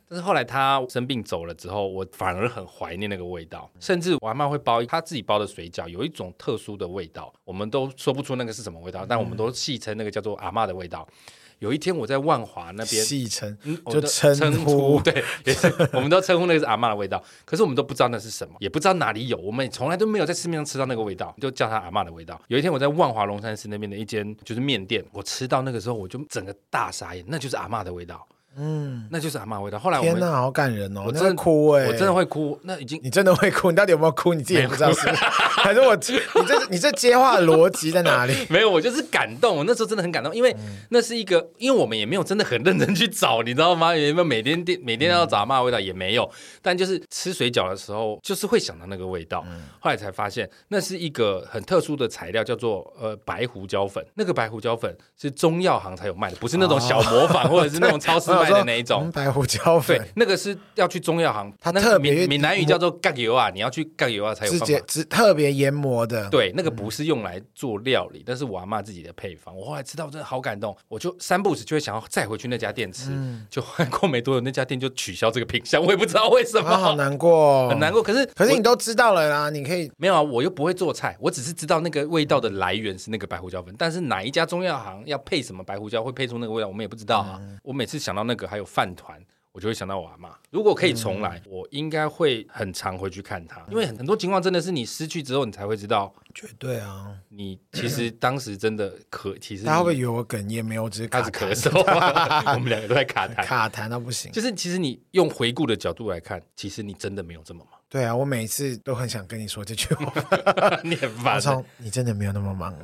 [SPEAKER 1] 但是后来她生病走了之后，我反而很怀念那个味道，甚至我阿妈会包她自己包的水饺，有一种特殊的味道，我们都说不出那个是什么味道，但我们都戏称那个叫做阿妈的味道。有一天我在万华那边，
[SPEAKER 2] 戏称
[SPEAKER 1] 嗯，我
[SPEAKER 2] 就
[SPEAKER 1] 们都
[SPEAKER 2] 称呼，
[SPEAKER 1] 对，也是我们都称呼那个是阿嬷的味道，可是我们都不知道那是什么，也不知道哪里有，我们也从来都没有在市面上吃到那个味道，就叫它阿嬷的味道。有一天我在万华龙山寺那边的一间就是面店，我吃到那个时候我就整个大傻眼，那就是阿嬷的味道。
[SPEAKER 2] 嗯，
[SPEAKER 1] 那就是阿嬷的味道。后来我
[SPEAKER 2] 天哪，
[SPEAKER 1] 们，
[SPEAKER 2] 好感人哦！
[SPEAKER 1] 我
[SPEAKER 2] 那
[SPEAKER 1] 真的
[SPEAKER 2] 会哭哎、
[SPEAKER 1] 我真的，会哭，那已经
[SPEAKER 2] 你真的会哭？你到底有没有哭？你自己也不知道是不是？还是我，你这你这接话的逻辑在哪里？
[SPEAKER 1] 没有，我 就是感动。我那时候真的很感动，因为
[SPEAKER 2] 嗯
[SPEAKER 1] 那是一个，因为我们也没有真的很认真去找，你知道吗？也没有每天店每天都要找阿嬷的味道也没有，但就是吃水饺的时候，就是会想到那个味道。
[SPEAKER 2] 嗯
[SPEAKER 1] 后来才发现，那是一个很特殊的材料，叫做呃白胡椒粉。那个白胡椒粉是中药行才有卖的，不是那种小模仿、或者是那种超市卖的那一
[SPEAKER 2] 我想说
[SPEAKER 1] 种
[SPEAKER 2] 嗯。白胡椒
[SPEAKER 1] 对
[SPEAKER 2] 粉，，
[SPEAKER 1] 那个是要去中药行，
[SPEAKER 2] 它
[SPEAKER 1] 那
[SPEAKER 2] 特别
[SPEAKER 1] 闽闽南语叫做“干油啊”，你要去干油啊才有
[SPEAKER 2] 直
[SPEAKER 1] 办法
[SPEAKER 2] 接只特别研磨的。
[SPEAKER 1] 对，那个不是用来做料理，但是我阿嬷自己的配方。我后来吃到真的好感动，我就三步时就会想要再回去那家店吃。
[SPEAKER 2] 嗯
[SPEAKER 1] 就过没多久，那家店就取消这个品相，我也不知道为什么，
[SPEAKER 2] 啊，好难过、
[SPEAKER 1] 很难。过。可是
[SPEAKER 2] 可是
[SPEAKER 1] 我
[SPEAKER 2] 你都知道了啦，你可以
[SPEAKER 1] 没有啊，我又不会做菜，我只是知道那个味道的来源是那个白胡椒粉，但是哪一家中药行要配什么白胡椒会配出那个味道，我们也不知道啊。
[SPEAKER 2] 嗯
[SPEAKER 1] 我每次想到那个还有饭团。我就会想到我阿妈。如果可以重来，我应该会很常回去看她，因为很很多情况真的是你失去之后，你才会知道
[SPEAKER 2] 绝对啊。你
[SPEAKER 1] 其实当时真的咳，其实
[SPEAKER 2] 他会不会
[SPEAKER 1] 你
[SPEAKER 2] 以为我哽咽？没有，我只是
[SPEAKER 1] 他
[SPEAKER 2] 卡
[SPEAKER 1] 是咳嗽， 我们两个都在卡痰。
[SPEAKER 2] 卡痰到不行。
[SPEAKER 1] 就是其实你用回顾的角度来看，其实你真的没有这么忙，
[SPEAKER 2] 对啊，我每次都很想跟你说这句 话。
[SPEAKER 1] 你很
[SPEAKER 2] 我
[SPEAKER 1] 烦。
[SPEAKER 2] 操，你真的没有那 么忙。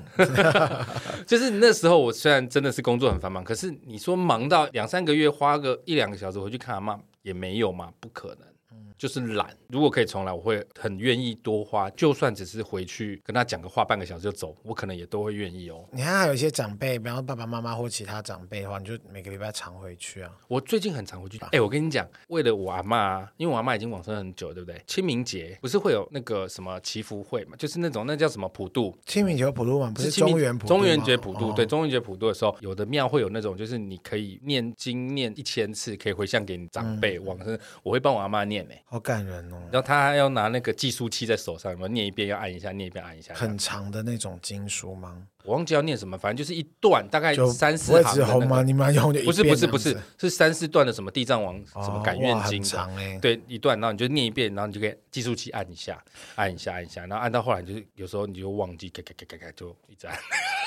[SPEAKER 1] 就是那时候我虽然真的是工作很繁忙，可是你说忙到两三个月花个一两个小时回去看阿妈也没有嘛，不可能。
[SPEAKER 2] 嗯
[SPEAKER 1] 就是懒，如果可以重来，我会很愿意多花，就算只是回去跟他讲个话，半个小时就走，我可能也都会愿意哦。
[SPEAKER 2] 你看，还有一些长辈，比方说爸爸妈妈或其他长辈的话，你就每个礼拜常回去啊。
[SPEAKER 1] 我最近很常回去。哎、我跟你讲，为了我阿妈、啊，因为我阿妈已经往生很久，对不对？清明节不是会有那个什么祈福会嘛？就是那种那叫什么普渡，
[SPEAKER 2] 清明节有普渡吗？不是
[SPEAKER 1] 清明
[SPEAKER 2] 中元普渡吗
[SPEAKER 1] 中元节普渡，
[SPEAKER 2] 哦
[SPEAKER 1] 对，中元节普渡的时候，有的庙会有那种，就是你可以念经念一千次，可以回向给你长辈、
[SPEAKER 2] 嗯
[SPEAKER 1] 往生。我会帮我阿妈念呢、
[SPEAKER 2] 好感人哦，
[SPEAKER 1] 然后她还要拿那个计数器在手上，有没有念一遍要按一下，念一遍按一下。
[SPEAKER 2] 很长的那种经书吗？
[SPEAKER 1] 我忘记要念什么，反正就是一段大概
[SPEAKER 2] 就
[SPEAKER 1] 哎三四
[SPEAKER 2] 不会
[SPEAKER 1] 行
[SPEAKER 2] 只
[SPEAKER 1] 的、那
[SPEAKER 2] 红
[SPEAKER 1] 个
[SPEAKER 2] 吗？你们用就一
[SPEAKER 1] 不是不是
[SPEAKER 2] 遍
[SPEAKER 1] 不
[SPEAKER 2] 这
[SPEAKER 1] 是
[SPEAKER 2] 样子，
[SPEAKER 1] 是三四段的什么地藏王、什么感
[SPEAKER 2] 哦
[SPEAKER 1] 愿
[SPEAKER 2] 哇
[SPEAKER 1] 经
[SPEAKER 2] 很
[SPEAKER 1] 的
[SPEAKER 2] 长哎。
[SPEAKER 1] 对一段，然后你就念一遍，然后你就可以计数器按一下，按一下，按一下，然后按到后来，你就是有时候你就忘记，嘎嘎嘎嘎嘎，就一直按，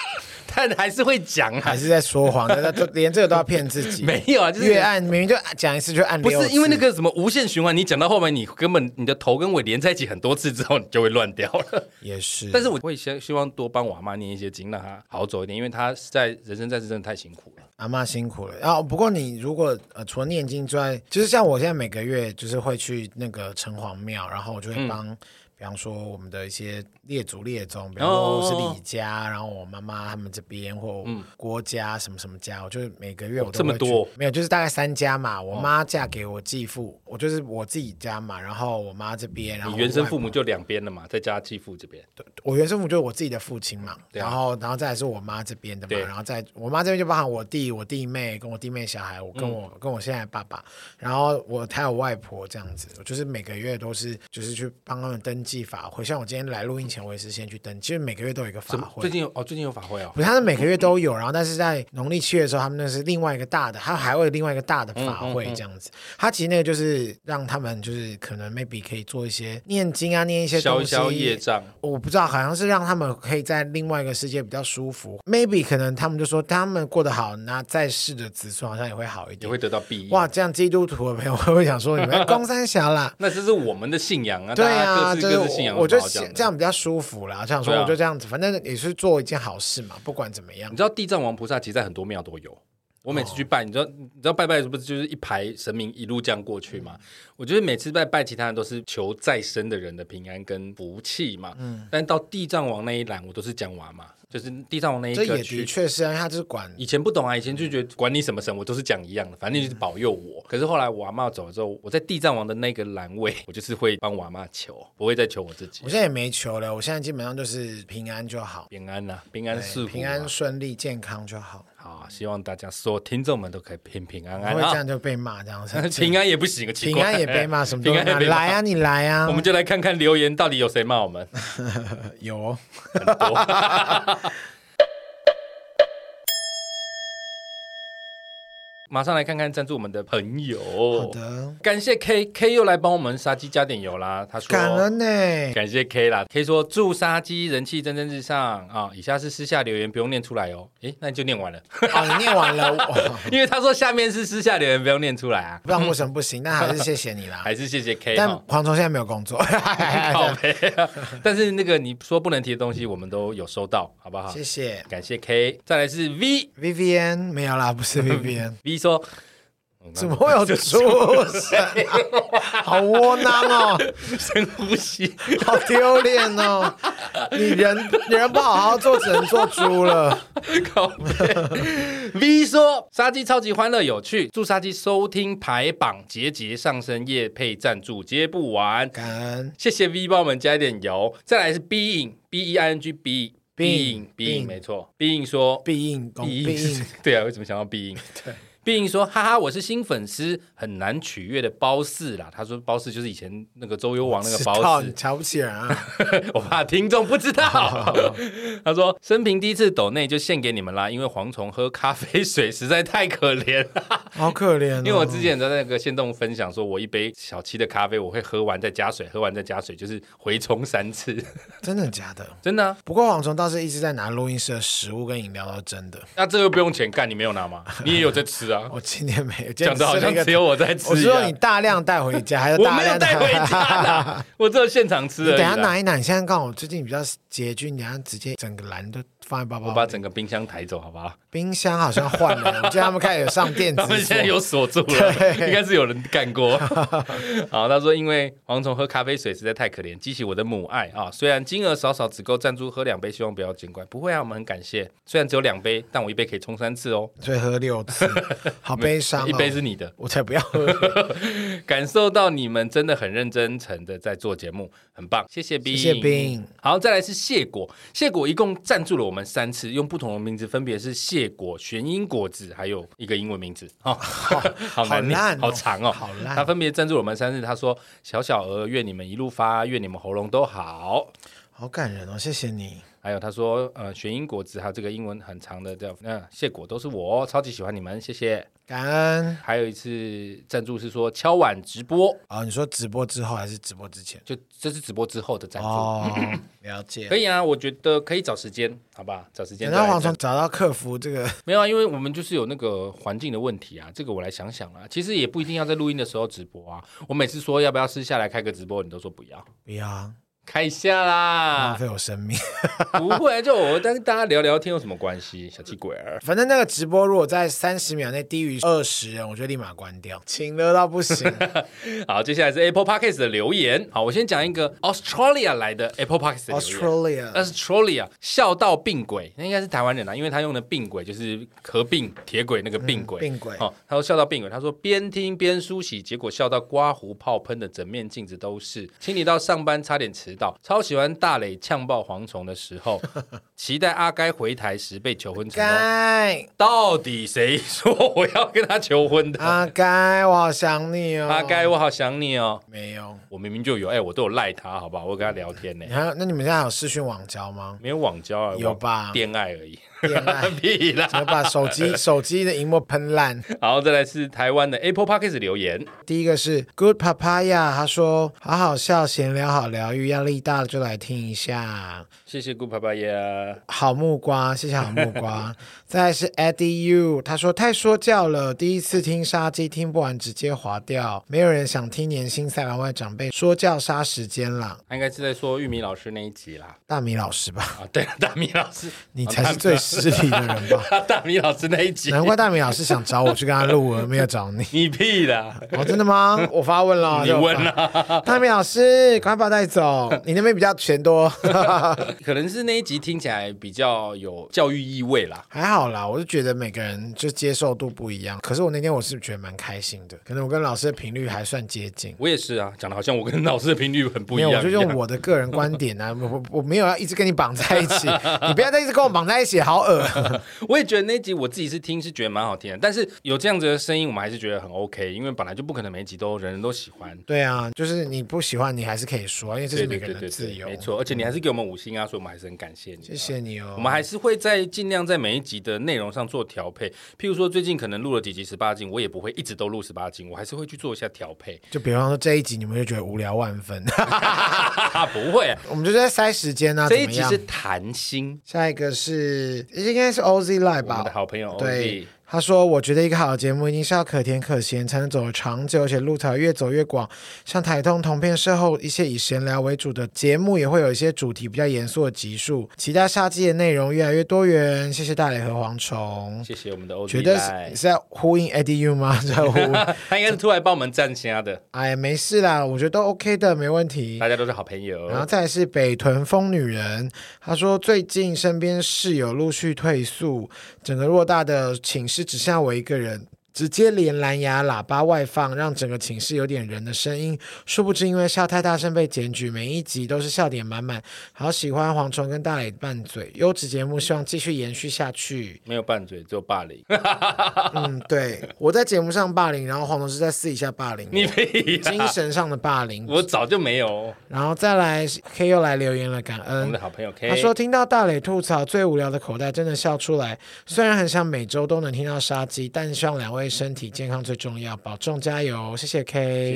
[SPEAKER 1] 但还是会讲啊
[SPEAKER 2] 还，是在 说谎，但他都连这个都要骗自己。
[SPEAKER 1] 没有啊，就是
[SPEAKER 2] 越按明明就讲一次就按
[SPEAKER 1] 不
[SPEAKER 2] 六次，
[SPEAKER 1] 是因为那个什么无限循环，你讲到后面，你根本你的头跟尾连在一起很多次之后，你就会乱掉了。
[SPEAKER 2] 也是，
[SPEAKER 1] 但是我会希希望多帮我阿妈念一些经，让她好走一点，因为她在人生在世真的太辛苦了。
[SPEAKER 2] 阿妈辛苦了。然、后不过你如果呃除了念经之外，就是像我现在每个月就是会去那个城隍庙，然后我就
[SPEAKER 1] 嗯
[SPEAKER 2] 会帮。比方说我们的一些列祖列宗，比方说
[SPEAKER 1] 哦
[SPEAKER 2] 我是李家，然后我妈妈他们这边或郭家什么什么家，我就是每个月我
[SPEAKER 1] 嗯
[SPEAKER 2] 都
[SPEAKER 1] 哦这么
[SPEAKER 2] 会去
[SPEAKER 1] 多哦
[SPEAKER 2] 没有，就是大概三家嘛。我妈嫁给我继父，我就是我自己家嘛，然后我妈这边，然后
[SPEAKER 1] 嗯你原
[SPEAKER 2] 我
[SPEAKER 1] 生
[SPEAKER 2] 外
[SPEAKER 1] 父母
[SPEAKER 2] 婆
[SPEAKER 1] 就两边了嘛，再加继父这边，
[SPEAKER 2] 我原生父母就是我自己的父亲嘛，
[SPEAKER 1] 对啊
[SPEAKER 2] 然后然后再来是我妈这边的嘛，
[SPEAKER 1] 对
[SPEAKER 2] 然后再我妈这边就包含我弟、我弟妹跟我弟妹小孩，我跟
[SPEAKER 1] 嗯
[SPEAKER 2] 我、跟我现在的爸爸，然后我还有外婆这样子，我就是每个月都是就是去帮他们登记法会，像我今天来录音前我也是先去登记，就是每个月都有一个法
[SPEAKER 1] 怎么
[SPEAKER 2] 会
[SPEAKER 1] 最。近有哦？最近有法会哦
[SPEAKER 2] 不。是，他们每个月都有，然后但是在农历七月的时候，他们那是另外一个大的，他还会有另外一个大的法
[SPEAKER 1] 嗯
[SPEAKER 2] 会这样子。他其实那个就是让他们就是可能 maybe 可以做一些念经啊，念一些
[SPEAKER 1] 消
[SPEAKER 2] 东
[SPEAKER 1] 一
[SPEAKER 2] 西，
[SPEAKER 1] 消业障，
[SPEAKER 2] 我不知道，好像是让他们可以在另外一个世界比较舒服。Maybe 可能他们就说他们过得好，那在世的子孙好像也会好一
[SPEAKER 1] 也
[SPEAKER 2] 点
[SPEAKER 1] 会。得到裨益。
[SPEAKER 2] 哇，，这样基督徒的朋友会不会想说你们 光三峡啦？
[SPEAKER 1] 那这是我们的信仰啊，
[SPEAKER 2] 对
[SPEAKER 1] 大家
[SPEAKER 2] 啊，
[SPEAKER 1] 各
[SPEAKER 2] 就
[SPEAKER 1] 自
[SPEAKER 2] 是
[SPEAKER 1] 各自信仰
[SPEAKER 2] 我我
[SPEAKER 1] 有
[SPEAKER 2] 就
[SPEAKER 1] 什么好讲
[SPEAKER 2] 想
[SPEAKER 1] 的
[SPEAKER 2] 这样比较舒服啦。想说
[SPEAKER 1] 对啊
[SPEAKER 2] 我就这样子，反正也是做一件好事嘛，不管怎么样
[SPEAKER 1] 你。知道地藏王菩萨其实在很多庙都有。我每次去拜，你知道，你知道拜拜不是就是一排神明一路这样过去
[SPEAKER 2] 嗯
[SPEAKER 1] 嘛？我觉得每次拜拜，其他人都是求再生的人的平安跟福气嘛。嗯，但到地藏王那一栏，我都是讲完嘛，就是地藏王那一
[SPEAKER 2] 这
[SPEAKER 1] 个
[SPEAKER 2] 也的
[SPEAKER 1] 区。
[SPEAKER 2] 确是啊，因为他就是管
[SPEAKER 1] 以前不懂啊，以前就觉得管你什么神，我都是讲一样的，反正就是保佑我。可是后来我阿妈走了之后，我在地藏王的那个栏位，我就是会帮我阿妈求，不会再求我自己
[SPEAKER 2] 我。现在也没求了，我现在基本上就是平安就好，
[SPEAKER 1] 平安呐、啊平安
[SPEAKER 2] 对
[SPEAKER 1] 是、
[SPEAKER 2] 平安顺利健康就好。
[SPEAKER 1] 好，希望大家所有听众们都可以平平安
[SPEAKER 2] 不
[SPEAKER 1] 安
[SPEAKER 2] 会这样
[SPEAKER 1] 啊！。
[SPEAKER 2] 就被骂这样子
[SPEAKER 1] 平安也不行，奇怪
[SPEAKER 2] 平安也被 骂，什么都
[SPEAKER 1] 平
[SPEAKER 2] 被
[SPEAKER 1] 安也被骂
[SPEAKER 2] 骂。来啊，，你来啊，
[SPEAKER 1] 我们就来看看留言到底有谁骂我们。
[SPEAKER 2] 有哦。
[SPEAKER 1] 马上来看看赞助我们的朋友。
[SPEAKER 2] 好的，
[SPEAKER 1] 感谢 K K 又来帮我们杀鸡加点油啦。他说
[SPEAKER 2] 感恩呢、
[SPEAKER 1] 感谢 K 啦，K 说祝杀鸡人气蒸蒸日上啊！以下是私下留言，不用念出来哦。诶，那你就念完了，
[SPEAKER 2] 哦，你念完了，哇
[SPEAKER 1] 因为他说下面是私下留言，不用念出来啊
[SPEAKER 2] 不。知道为什么不行，但还是谢谢你啦。
[SPEAKER 1] 还是谢谢 K
[SPEAKER 2] 但哎
[SPEAKER 1] 哈
[SPEAKER 2] 蝗虫现在没有 工作，
[SPEAKER 1] 靠背啊！ 但是那个你说不能提的东西，我们都有收到，好不好？
[SPEAKER 2] 谢谢
[SPEAKER 1] 感谢 K，再来是 V
[SPEAKER 2] Vivian 没有啦，不是 Vivian，
[SPEAKER 1] V 说
[SPEAKER 2] 怎么会有畜生啊？好窝囊哦，
[SPEAKER 1] 深呼吸，
[SPEAKER 2] 好丢脸哦！你人人不好好做，只能做猪了。
[SPEAKER 1] 靠背 V 说杀鸡超级欢乐有趣，祝杀鸡收听排榜节节上升，夜配赞助接不完，
[SPEAKER 2] 感恩
[SPEAKER 1] 谢谢 V 帮我们加一点油。再来是 B 影 B E I N G B B 影 B 影
[SPEAKER 2] Bing
[SPEAKER 1] 没错，B 影说
[SPEAKER 2] 必应公
[SPEAKER 1] 必
[SPEAKER 2] 必应
[SPEAKER 1] 应， 对啊，为什么想到必应？ 对。必应说：“哈哈，我是新粉丝，很难取悦的包四啦。”他说：“包四就是以前那个周幽王那个
[SPEAKER 2] 知
[SPEAKER 1] 包
[SPEAKER 2] 道
[SPEAKER 1] 四
[SPEAKER 2] 你，瞧不起人啊！
[SPEAKER 1] 我怕听众不知道。 他说：“生平第一次抖内就献给你们啦，因为蝗虫喝咖啡水实在太可怜 了。
[SPEAKER 2] 好可怜、哦，
[SPEAKER 1] 因为我之前在那个线动分享说，我一杯小七的咖啡，我会喝完再加水，喝完再加水，就是回冲三次，
[SPEAKER 2] 真的假的？
[SPEAKER 1] 真的、啊。
[SPEAKER 2] 不过蝗虫倒是一直在拿录音室的食物跟饮料，都是真 的。
[SPEAKER 1] 那这个不用钱干，你没有拿吗？你也有在吃啊？
[SPEAKER 2] 我今天没有，今
[SPEAKER 1] 讲
[SPEAKER 2] 天
[SPEAKER 1] 的好
[SPEAKER 2] 吃了
[SPEAKER 1] 像
[SPEAKER 2] 一个
[SPEAKER 1] 只有我在吃
[SPEAKER 2] 我
[SPEAKER 1] 一
[SPEAKER 2] 是说你
[SPEAKER 1] 样。”
[SPEAKER 2] 大量带回家，还是
[SPEAKER 1] 我
[SPEAKER 2] 大
[SPEAKER 1] 没有
[SPEAKER 2] 量
[SPEAKER 1] 带回家 啦，我只有现场吃
[SPEAKER 2] 你
[SPEAKER 1] 而已
[SPEAKER 2] 等一
[SPEAKER 1] 啦。
[SPEAKER 2] 下拿一拿，你现在刚好最近比较拮据，你等一下直接整个篮都放在包包
[SPEAKER 1] 我
[SPEAKER 2] 里。
[SPEAKER 1] 把整个冰箱抬走，好不好？
[SPEAKER 2] 冰箱好像换 了，我记得他们开始有上电子
[SPEAKER 1] 他
[SPEAKER 2] 锁。
[SPEAKER 1] 们现在有锁住了，应该是有人干 过。好，他说因为蝗虫喝咖啡水实在太可怜，激起我的母爱啊。虽然金额少少，只够赞助喝两杯，希望不要见怪。不会啊，我们很感谢。虽然只有两杯，但我一杯可以冲三次哦。
[SPEAKER 2] 所以喝六次，好悲伤、 哦。
[SPEAKER 1] 一杯是你的，
[SPEAKER 2] 我才不要喝。
[SPEAKER 1] 感受到你们真的很认真诚的在做节目，很棒，谢谢冰，
[SPEAKER 2] 谢谢冰。
[SPEAKER 1] 好，再来是谢果，谢果一共赞助了我们三次，用不同的名字，分别是谢果、玄英果子，还有一个英文名字。哦，好好难念
[SPEAKER 2] 好烂哦
[SPEAKER 1] 好长哦，
[SPEAKER 2] 好烂
[SPEAKER 1] 他分别赞助了我们三次，他说：“小小鹅，愿你们一路发，愿你们喉咙都好。”
[SPEAKER 2] 好感人哦，谢谢你。
[SPEAKER 1] 还有他说，呃，玄英果子还有这个英文很长的叫那、谢果都是我哦，超级喜欢你们，谢谢。
[SPEAKER 2] 感恩
[SPEAKER 1] 还有一次赞助是说敲碗直播，
[SPEAKER 2] 哦，你说直播之后还是直播之前？
[SPEAKER 1] 就这是直播之后的赞助，
[SPEAKER 2] 哦， 了解
[SPEAKER 1] 可。以啊，我觉得可以找时间，好吧，找时间
[SPEAKER 2] 等
[SPEAKER 1] 再来
[SPEAKER 2] 到
[SPEAKER 1] 赞。
[SPEAKER 2] 蝗虫找到客服这个，
[SPEAKER 1] 没有啊，因为我们就是有那个环境的问题啊，这个我来想想啊。其实也不一定要在录音的时候直播啊。我每次说要不要私下来开个直播，你都说不要，
[SPEAKER 2] 不要啊
[SPEAKER 1] 开一下
[SPEAKER 2] 浪
[SPEAKER 1] 啦，
[SPEAKER 2] 费我生命。
[SPEAKER 1] 不会啊，就我跟大家聊聊天有什么关系？小气鬼儿，
[SPEAKER 2] 反正那个直播如果在三十秒内低于二十人，我就立马关掉， 请了到 不行。
[SPEAKER 1] 好，接下来是 Apple Podcast 的留言。好，我先讲一个 Australia 来的 Apple Podcast 的留言。
[SPEAKER 2] Australia，
[SPEAKER 1] Australia 啊笑到病鬼，那应该是台湾人啊，因为他用的病鬼就是合并铁轨那个病轨、
[SPEAKER 2] 嗯病鬼
[SPEAKER 1] 哦，他说笑到病鬼，他说边听边梳洗，结果笑到刮胡泡喷的整面镜子都是。清理到上班差点迟到，超喜欢大磊呛爆蝗虫的时候， 期待阿该回台时被求婚成功。
[SPEAKER 2] 该
[SPEAKER 1] 到底谁说我要跟他求婚的？
[SPEAKER 2] 阿该，我好想你哦。
[SPEAKER 1] 阿该，我好想你哦。
[SPEAKER 2] 没有。
[SPEAKER 1] 我明明就有，哎、我都有赖他，好不好？我跟他聊天呢、
[SPEAKER 2] 你还有那你们现在还有视讯网交吗？
[SPEAKER 1] 没有网交啊，
[SPEAKER 2] 有
[SPEAKER 1] 网
[SPEAKER 2] 吧
[SPEAKER 1] 恋爱而已，
[SPEAKER 2] 恋爱
[SPEAKER 1] 屁啦！
[SPEAKER 2] 怎么把手机手机的荧幕喷烂？
[SPEAKER 1] 然后再来是台湾的 Apple Podcast 留言，
[SPEAKER 2] 第一个是 Good Papaya，他说好好笑，闲聊好疗愈，压力大了就来听一下。
[SPEAKER 1] 谢谢 Good 爸爸耶，
[SPEAKER 2] 好木瓜，谢谢好木瓜。 再来是 Eddie U，他说太说教了，第一次听杀鸡听不完直接划掉，没有人想听年薪三百万长辈说教杀时间啦。
[SPEAKER 1] 他应该是在说玉米老师那一集啦。
[SPEAKER 2] 大米老师吧，
[SPEAKER 1] 啊，对了，大米老师，
[SPEAKER 2] 你才是最失礼的 人吧？
[SPEAKER 1] 啊大米老师那一集，
[SPEAKER 2] 难怪大米老师想找我去跟他录，而没有 找你。
[SPEAKER 1] 你屁啦！
[SPEAKER 2] 哦，真的吗？我发问了，
[SPEAKER 1] 你问啊
[SPEAKER 2] 了。 大米老师，赶快把我带走，你那边比较钱多，
[SPEAKER 1] 可能是那一集听起来比较有教育意味啦。
[SPEAKER 2] 还好啦。我就觉得每个人就接受度不一样，可是我那天我是觉得蛮开心的，可能我跟老师的频率还算接近。
[SPEAKER 1] 我也是啊，讲的好像我跟老师的频率很不
[SPEAKER 2] 没
[SPEAKER 1] 一
[SPEAKER 2] 有，
[SPEAKER 1] 样一
[SPEAKER 2] 我
[SPEAKER 1] 样。
[SPEAKER 2] 就用我的个人观点啊， 我我我没有要一直跟你绑在一起， 你不要再一直跟我绑在一起，好恶。
[SPEAKER 1] 我也觉得那集我自己是听是觉得蛮好听的，但是有这样子的声音，我们还是觉得很 OK，因为本来就不可能每一集都人人都喜欢。
[SPEAKER 2] 对啊，就是你不喜欢，你还是可以说，因为这是每个人的自由。
[SPEAKER 1] 没错。而且你还是给我们五星啊，所以我们还是很感谢你、啊。
[SPEAKER 2] 谢谢你哦。
[SPEAKER 1] 我们还是会在尽量在每一集的内容上做调配，譬如说最近可能录了几集十八禁，我也不会一直都录十八禁，我还是会去做一下调配。
[SPEAKER 2] 就比方说这一集你们就觉得无聊万分，
[SPEAKER 1] 不会、啊，
[SPEAKER 2] 我们就是在塞时间啊。
[SPEAKER 1] 这一集
[SPEAKER 2] 怎么样
[SPEAKER 1] 是谈心，
[SPEAKER 2] 下一个是应该是 OZ Live
[SPEAKER 1] 我们的
[SPEAKER 2] 吧？
[SPEAKER 1] 好朋友 OZ
[SPEAKER 2] 对，他说：“我觉得一个好的节目一定是要可甜可咸，才能走得长久，而且路才会越走越广。像台通同片社后一些以闲聊为主的节目，也会有一些主题比较严肃的集数。期待下季的内容越来越多元。谢谢大雷和蝗虫，
[SPEAKER 1] 谢谢我们的 OZ
[SPEAKER 2] 觉得
[SPEAKER 1] 来
[SPEAKER 2] 是是在呼应 Eddie U 吗？在呼应
[SPEAKER 1] 他应该是突然帮我们站虾的，
[SPEAKER 2] 哎，没事啦，我觉得都 OK 的，没问题。”
[SPEAKER 1] 大家都是好朋友。哦
[SPEAKER 2] 然后再来是北屯疯女人，她说最近身边室友陆续退宿，整个偌大的寝室只剩下我一个人。直接连蓝牙喇叭外放，让整个寝室有点人的声音。殊不知因为笑太大声被检举，每一集都是笑点满满。好喜欢蝗虫跟大磊拌嘴，优质节目希望继续延续下 去。
[SPEAKER 1] 没有拌嘴，只有霸凌。
[SPEAKER 2] 嗯，对，我在节目上霸凌，然后蝗虫是在私底下霸凌我，
[SPEAKER 1] 你屁呀、
[SPEAKER 2] 精神上的霸凌。
[SPEAKER 1] 我早就没有。
[SPEAKER 2] 然后再来，K 又来留言了，感
[SPEAKER 1] 我
[SPEAKER 2] 恩
[SPEAKER 1] 们的。好朋友 K，
[SPEAKER 2] 他说听到大磊吐槽最无聊的口袋，真的笑出来。虽然很想每周都能听到杀鸡，但希望两位身体健康最重要，保重加油，谢谢K。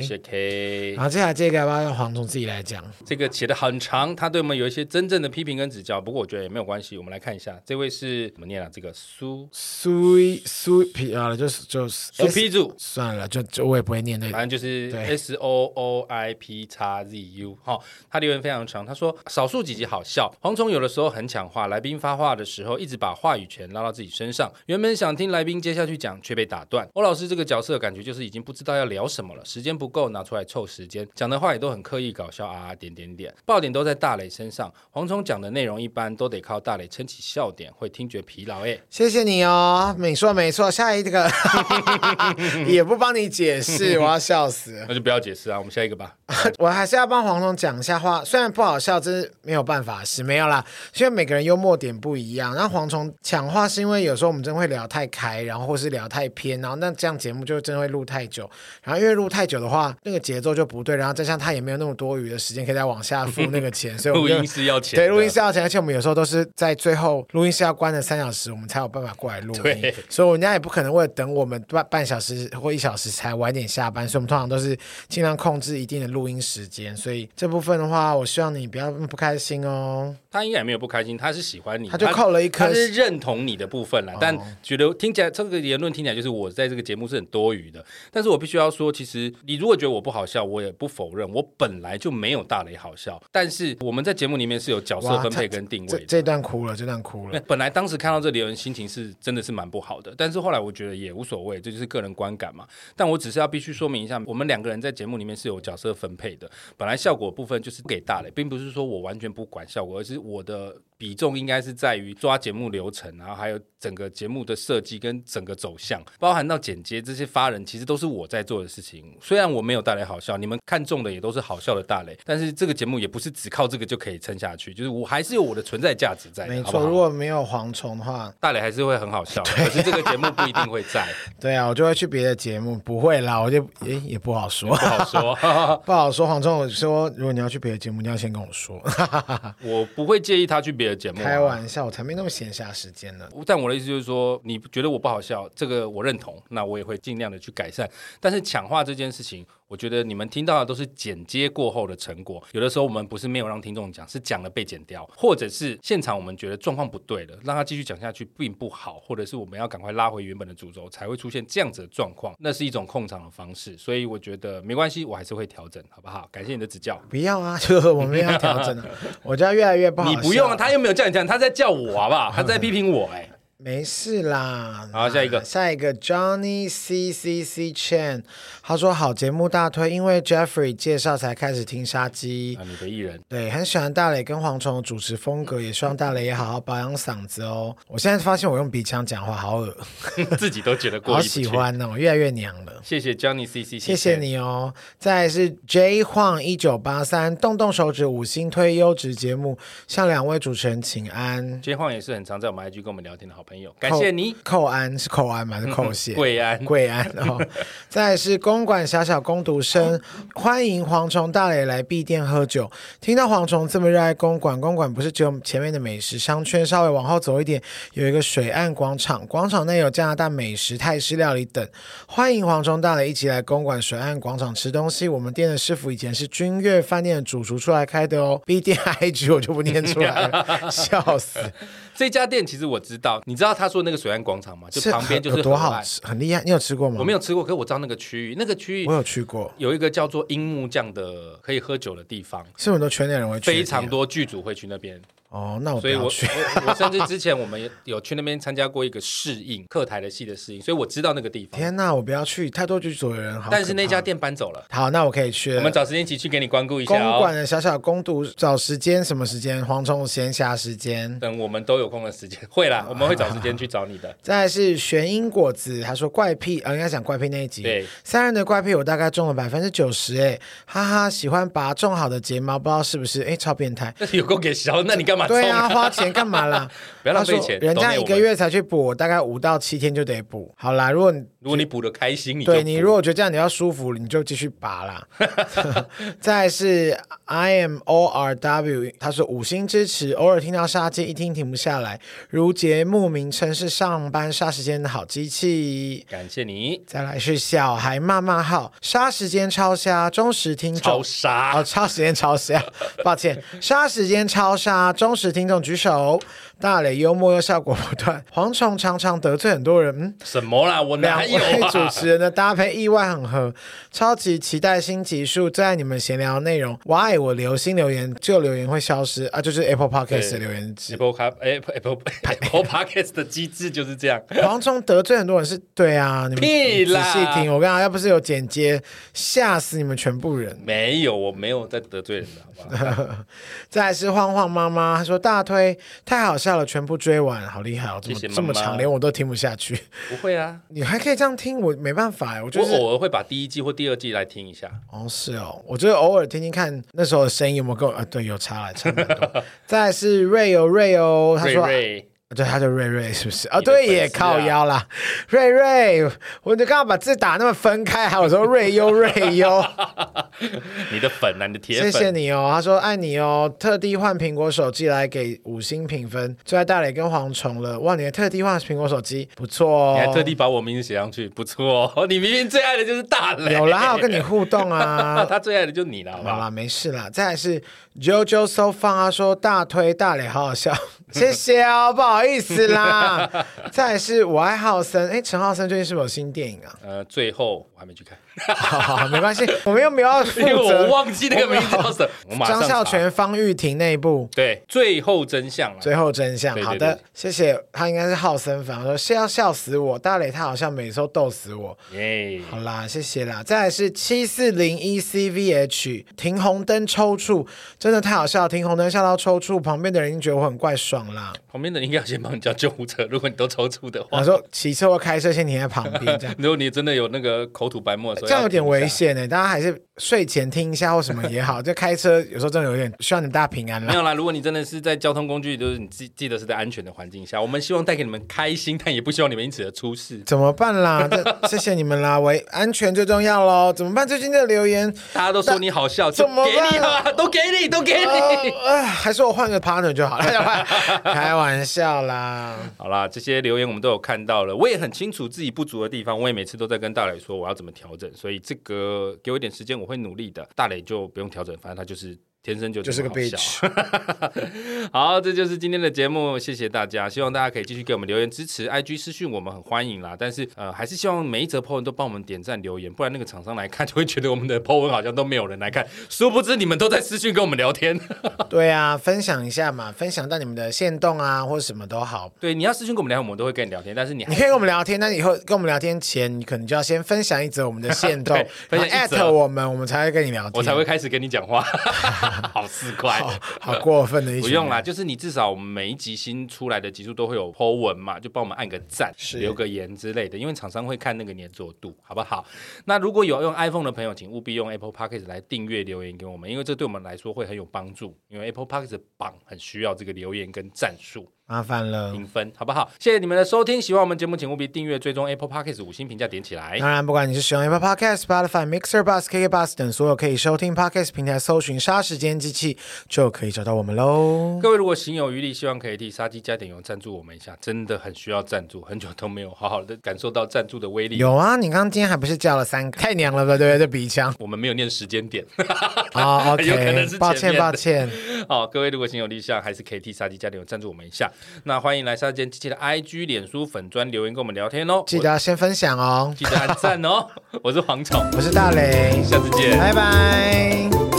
[SPEAKER 1] 谢 谢 K，
[SPEAKER 2] 然后接下来这个要不要让黄总自己来讲？
[SPEAKER 1] 这个写的很长，他对我们有一些真正的批评跟指教，不过我觉得也没有关系。我们来看一下，这位是怎么念啊？这个苏
[SPEAKER 2] 苏苏皮啊，就是就是
[SPEAKER 1] 苏批主，
[SPEAKER 2] 算了，就就我也不会念那
[SPEAKER 1] 反
[SPEAKER 2] 个。
[SPEAKER 1] 正就是
[SPEAKER 2] 对
[SPEAKER 1] S O O I P X Z U 哈、他留言非常长，他说少数几集好笑，蝗虫有的时候很抢话，来宾发话的时候一直把话语权拉到自己身上，原本想听来宾接下去讲，却被打断。欧老师这个角色感觉就是已经不知道要聊什么了，时间不够拿出来凑时间，讲的话也都很刻意搞笑啊啊点点点，爆点都在大磊身上，蝗虫讲的内容一般都得靠大磊撑起笑点，会听觉疲劳哎、
[SPEAKER 2] 谢谢你哦，没错没错，下一 个 也不帮你解释，我要笑死了。
[SPEAKER 1] 那就不要解释啊，我们下一个吧。
[SPEAKER 2] 我还是要帮黄总讲一下话，虽然不好笑，这是没有办法，是没有啦。因为每个人幽默点不一样，然后蝗虫讲话是因为有时候我们真会聊太开，然后或是聊太偏，然后那这样节目就真会录太久，然后因为录太久的话，那个节奏就不对，然后再像他也没有那么多余的时间可以再往下付那 个钱，所以我
[SPEAKER 1] 录
[SPEAKER 2] 们
[SPEAKER 1] 音
[SPEAKER 2] 就。
[SPEAKER 1] 是要钱的，
[SPEAKER 2] 对，录音室要钱，而且我们有时候都是在最后录音室要关了三小时，我们才有办法过来录音
[SPEAKER 1] 对，
[SPEAKER 2] 所以人家也不可能为了等我们半半小时或一小时才晚点下班，所以我们通常都是尽量控制一定的录音时间。所以这部分的话，我希望你不要那么不开心哦。
[SPEAKER 1] 他应该也没有不开心，他是喜欢你，
[SPEAKER 2] 他就扣了一颗哦
[SPEAKER 1] 他是认同你的部分啦。但觉得听起来这个言论听起来就是我在这个节目是很多余的，但是我必须要说，其实你如果觉得我不好笑，我也不否认，我本来就没有大雷好笑，但是我们在节目里面是有角色分配跟定
[SPEAKER 2] 这
[SPEAKER 1] 位的。
[SPEAKER 2] 这段哭了，这段哭
[SPEAKER 1] 那
[SPEAKER 2] 了。
[SPEAKER 1] 本来当时看到这留言，心情是真的是蛮不好的，但是后来我觉得也无所谓，这就是个人观感嘛。但我只是要必须说明一下，我们两个人在节目里面是有角色分配的。本来效果部分就是给大雷，并不是说我完全不管效果，而是我的比重应该是在于抓节目流程，然后还有整个节目的设计跟整个走向，包含到剪接这些发人，其实都是我在做的事情。虽然我没有大雷好笑，你们看中的也都是好笑的大雷，但是这个节目也不是只靠这个就可以撑下去，就是我还是有我的存在价值在的，
[SPEAKER 2] 没
[SPEAKER 1] 好不
[SPEAKER 2] 错，
[SPEAKER 1] 好
[SPEAKER 2] 如果没有蝗虫的话，
[SPEAKER 1] 大磊还是会很好 笑，可是这个节目不一定会在，
[SPEAKER 2] 对啊，我就会去别的节目。不会啦，我就也也不好 说
[SPEAKER 1] 不，好说。
[SPEAKER 2] 不好说。蝗虫，我说如果你要去别的节目，你要先跟我说。
[SPEAKER 1] 我不会介意他去别的节目、啊
[SPEAKER 2] 开。玩笑，我才没那么闲暇时间呢。
[SPEAKER 1] 但我的意思就是说，你觉得我不好笑，这个我认同，那我也会尽量的去改善。但是抢话这件事情，我觉得你们听到的都是剪接过后的成果。有的时候我们不是没有让听众讲，是讲了被剪掉，或者是现场我们觉得状况不对了，让他继续讲下去并不好，或者是我们要赶快拉回原本的主轴，才会出现这样子的状况。那是一种控场的方式，所以我觉得没关系，我还是会调整，好不好？感谢你的指教。
[SPEAKER 2] 不要啊， 就是我们要调 整啊，我就要越来越不好。
[SPEAKER 1] 你不用啊，，他又没有叫你这样，他在叫我好不好？他在批评我哎、
[SPEAKER 2] 没事啦。
[SPEAKER 1] 好下一个
[SPEAKER 2] 下一个 Johnny C C C Chen，他说好节目大推，因为 Jeffrey 介绍才开始听杀鸡
[SPEAKER 1] 啊，。你的艺人
[SPEAKER 2] 对，很喜欢大磊跟蝗虫的主持风格，也希望大磊也好好保养嗓子哦。我现在发现我用鼻腔讲话好恶，
[SPEAKER 1] 自己都觉得过意
[SPEAKER 2] 好
[SPEAKER 1] 不去
[SPEAKER 2] 喜。欢哦，越来越娘了。
[SPEAKER 1] 谢谢 Johnny C C，
[SPEAKER 2] 谢谢。你哦。再来是 J 晃一九八三，动动手指五星推优质节目，向两位主持人请安。
[SPEAKER 1] J 晃也是很常在我们 IG 跟我们聊天的好朋友，感谢你，嗯
[SPEAKER 2] 寇安是寇安吗？是寇谢。
[SPEAKER 1] 贵安，
[SPEAKER 2] 贵安 哦，再来是公馆小小攻读生，欢迎蝗虫大磊来闭店喝酒。听到蝗虫这么热爱公馆，公馆不是只有前面的美食商圈，稍微往后走一点有一个水岸广场，广场内有加拿大美食、泰式料理等。欢迎蝗虫大磊一起来公馆水岸广场吃东西。我们店的师傅以前是君悦饭店的主厨出来开的哦。闭店 IG 我就不念出 来了，笑死。
[SPEAKER 1] 这家店其实我知道，你知道他说那个水岸广场吗？就是旁边就是
[SPEAKER 2] 很多
[SPEAKER 1] 河
[SPEAKER 2] 好
[SPEAKER 1] 岸
[SPEAKER 2] 吃，很厉害。你有吃过吗？
[SPEAKER 1] 我没有吃过，可是我知道那个区域，那个区域
[SPEAKER 2] 我有去过，
[SPEAKER 1] 有一个叫做樱木酱的可以喝酒的地方，
[SPEAKER 2] 是很多圈内人会去，
[SPEAKER 1] 非常。多剧组会去那边，
[SPEAKER 2] 哦，那我不
[SPEAKER 1] 所以我
[SPEAKER 2] 要去。
[SPEAKER 1] 我我甚至之前我们也有去那边参加过一个试映，客台的戏的试映，所以我知道那个地方。
[SPEAKER 2] 天哪，我不要去，太多剧组的人好。
[SPEAKER 1] 但是那家，店搬走了，
[SPEAKER 2] 好，那我可以去了。
[SPEAKER 1] 我们找时间一起去给你光顾一
[SPEAKER 2] 公
[SPEAKER 1] 下
[SPEAKER 2] 馆
[SPEAKER 1] 哦。
[SPEAKER 2] 的小小公读找时间，什么时间？蝗虫闲暇时间。
[SPEAKER 1] 等我们都有空的时间，会啦，我们会找时间去找你的。
[SPEAKER 2] 再来是玄英果子，他说怪癖，呃，应该讲怪癖那一集。
[SPEAKER 1] 对，
[SPEAKER 2] 三人的怪癖我大概中了百分之九十，哎，哈哈，喜欢拔种好的睫毛，不知道是不是？哎，超变态。
[SPEAKER 1] 那 有够给小，那你干嘛冲？
[SPEAKER 2] 对啊，花钱干嘛啦？
[SPEAKER 1] 不要浪费
[SPEAKER 2] 他说
[SPEAKER 1] 钱
[SPEAKER 2] 人家
[SPEAKER 1] donate
[SPEAKER 2] 一
[SPEAKER 1] 我
[SPEAKER 2] 个
[SPEAKER 1] 们
[SPEAKER 2] 月才去补，我大概五到七天就得补。好啦，如果你
[SPEAKER 1] 如果你补的开心，你就
[SPEAKER 2] 对你
[SPEAKER 1] 补
[SPEAKER 2] 如果觉得这样你要舒服，你就继续 拔啦。再来是 I am O R W，他说五星支持，偶尔听到杀鸡一听停不下来，如节目名称是上班杀时间的好机器。
[SPEAKER 1] 感谢你
[SPEAKER 2] 再来是小孩骂骂号，杀时间超瞎，忠实听
[SPEAKER 1] 超
[SPEAKER 2] 众。哦，
[SPEAKER 1] 傻。
[SPEAKER 2] 超时间 超时啊！抱歉，杀时间超杀，忠实听众举手。大磊幽默又效果不断，蝗虫常常得罪很多人。嗯，
[SPEAKER 1] 什么啦？我
[SPEAKER 2] 两
[SPEAKER 1] 哪有
[SPEAKER 2] 位
[SPEAKER 1] 啊？
[SPEAKER 2] 主持人的搭配意外很合，超级期待新集数，最爱你们闲聊内容。我爱我留新留言，旧留言会消失啊，就是 Apple Podcast
[SPEAKER 1] 对
[SPEAKER 2] 的留言 机。
[SPEAKER 1] Apple Car Apple Apple Apple Podcast 的机制就是这样。
[SPEAKER 2] 蝗虫得罪很多人是对啊，你们
[SPEAKER 1] 屁
[SPEAKER 2] 仔
[SPEAKER 1] 啦
[SPEAKER 2] 细听，我跟你讲，要不是有剪接，吓死你们全部人。
[SPEAKER 1] 没有，我没有在得罪人的，好不 好？
[SPEAKER 2] 再来是晃晃妈妈，她说大推太好笑了，全部追完，好厉害哦，这么
[SPEAKER 1] 谢谢妈妈
[SPEAKER 2] 这么长，连我都听不下去。
[SPEAKER 1] 不会啊，
[SPEAKER 2] 你还可以这样听，我没办法，我就
[SPEAKER 1] 我
[SPEAKER 2] 是
[SPEAKER 1] 偶尔会把第一季或第二季来听一下。
[SPEAKER 2] 哦，是哦，我就是偶尔听听看那时候的声音有没有跟我啊，对，有差了，差很 多。再来是瑞欧瑞欧，他
[SPEAKER 1] 瑞
[SPEAKER 2] 说啊
[SPEAKER 1] 瑞，
[SPEAKER 2] 对，他叫瑞瑞是不是？啊，
[SPEAKER 1] 你的
[SPEAKER 2] 对耶，
[SPEAKER 1] 粉丝啊
[SPEAKER 2] 靠腰啦，瑞瑞，我就刚刚把字打那么分开，还有说瑞优 瑞优，
[SPEAKER 1] 你的粉啊，你的铁
[SPEAKER 2] 谢
[SPEAKER 1] 粉，
[SPEAKER 2] 谢你哦，他说爱你哦，特地换苹果手机来给五星评分，最爱大磊跟蝗虫了，哇，你还特地换苹果手机，不错哦，
[SPEAKER 1] 你还特地把我名字写上去，不错哦。你 明明最爱的就是大雷，
[SPEAKER 2] 有啦，还 有跟你互动啊，
[SPEAKER 1] 他最爱的就是你了，好不
[SPEAKER 2] 好
[SPEAKER 1] 好？
[SPEAKER 2] 啦，没事啦。再来是 JoJo So Fun，他说大推大脸，好好笑，谢谢哦，不好意思啦。 再来是我爱浩森，哎，陈浩森最近是不是有新 电影啊？
[SPEAKER 1] 呃，最后我还没去看，
[SPEAKER 2] 好好好，没关系，我们又没有要 负
[SPEAKER 1] 因为我
[SPEAKER 2] 责。
[SPEAKER 1] 忘记那个名字叫什么。我马上
[SPEAKER 2] 张孝
[SPEAKER 1] 查
[SPEAKER 2] 全、方玉婷那一部《
[SPEAKER 1] 对，最后真相啊了。
[SPEAKER 2] 最后真相》。
[SPEAKER 1] 对对
[SPEAKER 2] 好
[SPEAKER 1] 对
[SPEAKER 2] 的，谢谢。他应该是浩森粉，他啊说是要笑死我，大磊他好像每次都逗死我。
[SPEAKER 1] 耶，
[SPEAKER 2] 好啦，谢谢啦。再来是七四零一 CVH 停红灯抽搐，真的太好笑了，停红灯笑到抽搐，旁边的人已经觉得我很怪，爽啦。
[SPEAKER 1] 旁边的人应该要先帮你叫救护车，如果你都抽搐的话
[SPEAKER 2] 我。说骑车或开车先停在旁 边，这样
[SPEAKER 1] 如果你真的有那个口吐白沫的时候，
[SPEAKER 2] 这样有点危
[SPEAKER 1] 险。
[SPEAKER 2] 险呢、欸大家还是睡前听一下或什么也好，就开车有时候真的有点希望你们大家平安
[SPEAKER 1] 没
[SPEAKER 2] 啦。
[SPEAKER 1] 有啦，如果你真的是在交通工具，就是你记记得是在安全的环境下，我们希望带给你们开心，但也不希望你们因此而出事。
[SPEAKER 2] 怎么办啦？这谢谢你们啦，喂，安全最重要喽。怎么办？最近的留言，
[SPEAKER 1] 大家都说你好笑，就
[SPEAKER 2] 怎么
[SPEAKER 1] 给
[SPEAKER 2] 办
[SPEAKER 1] 你啊，都给你，都给你。
[SPEAKER 2] 呃呃还是我换个 partner 就好了， 开玩笑啦。
[SPEAKER 1] 好啦，这些留言我们都有看到了，我也很清楚自己不足的地方，我也每次都在跟大磊说我要怎么调整，所以这个给我一点时间，我会努力的。大磊就不用调整，反正他就是。天生就
[SPEAKER 2] 就是个
[SPEAKER 1] 这么好笑 好，这就是今天的节目，谢谢大家，希望大家可以继续给我们留言支持，IG 私讯我们很欢迎啦。但是呃，还是希望每一则 po 文都帮我们点赞留言，不然那个厂商来看就会觉得我们的 po 文好像都没有人来看，殊不知你们都在私讯跟我们聊天。
[SPEAKER 2] 对啊，分享一下嘛，分享到你们的线动啊，或者什么都好。
[SPEAKER 1] 对，你要私讯跟我们聊，我们都会跟你聊天，但是你还
[SPEAKER 2] 你可以跟我们聊天，但以后跟我们聊天前，你可能就要先分享一则我们的线动
[SPEAKER 1] 对， 分享一
[SPEAKER 2] 艾
[SPEAKER 1] 则
[SPEAKER 2] 特我们，我们才会跟你聊天，啊
[SPEAKER 1] 我才会开始跟你讲 话，好四块。
[SPEAKER 2] 好好过分的一群人
[SPEAKER 1] 不用啦，。就是你至少我们每一集新出来的集数都会有 Po 文嘛，就帮我们按个赞，留个言之类的，因为厂商会看那个粘着度，好不好？那如果有用 iPhone 的朋友，请务必用 Apple Podcast 来订阅留言给我们，因为这对我们来说会很有帮助，因为 Apple Podcast 的榜很需要这个留言跟赞数。
[SPEAKER 2] 麻烦了。
[SPEAKER 1] 评分，好不好？谢谢你们的收听，喜欢我们节目，请务必订阅、追踪 Apple Podcast 五星评价点起来。
[SPEAKER 2] 当然，不管你是使用 Apple Podcast、Spotify、Mixer、Bus、KK Bus 等所有可以收听 Podcast 平台，搜寻“杀时间机器”就可以找到我们喽。
[SPEAKER 1] 各位如果行有余力，希望可以替杀鸡加点油赞助我们一下，真的很需要赞助，很久都没有好好的感受到赞助的威力。
[SPEAKER 2] 有啊，你刚刚今天还不是叫了三个？太娘了吧，对不对？这鼻腔
[SPEAKER 1] 我们没有念时间点，
[SPEAKER 2] 啊、o
[SPEAKER 1] 有可能
[SPEAKER 2] k
[SPEAKER 1] 是
[SPEAKER 2] 抱
[SPEAKER 1] 前
[SPEAKER 2] 歉
[SPEAKER 1] 面
[SPEAKER 2] 抱
[SPEAKER 1] 的
[SPEAKER 2] 歉。
[SPEAKER 1] 好，各位如果心有立项，还是可以替杀鸡加点油赞助我们一下。那欢迎来杀鸡间机器的 IG、脸书粉砖留言跟我们聊天哦，
[SPEAKER 2] 记得要先分享 哦
[SPEAKER 1] 我。记得按赞哦。我是黄总，
[SPEAKER 2] 我是大雷，
[SPEAKER 1] 下次见。
[SPEAKER 2] 拜拜。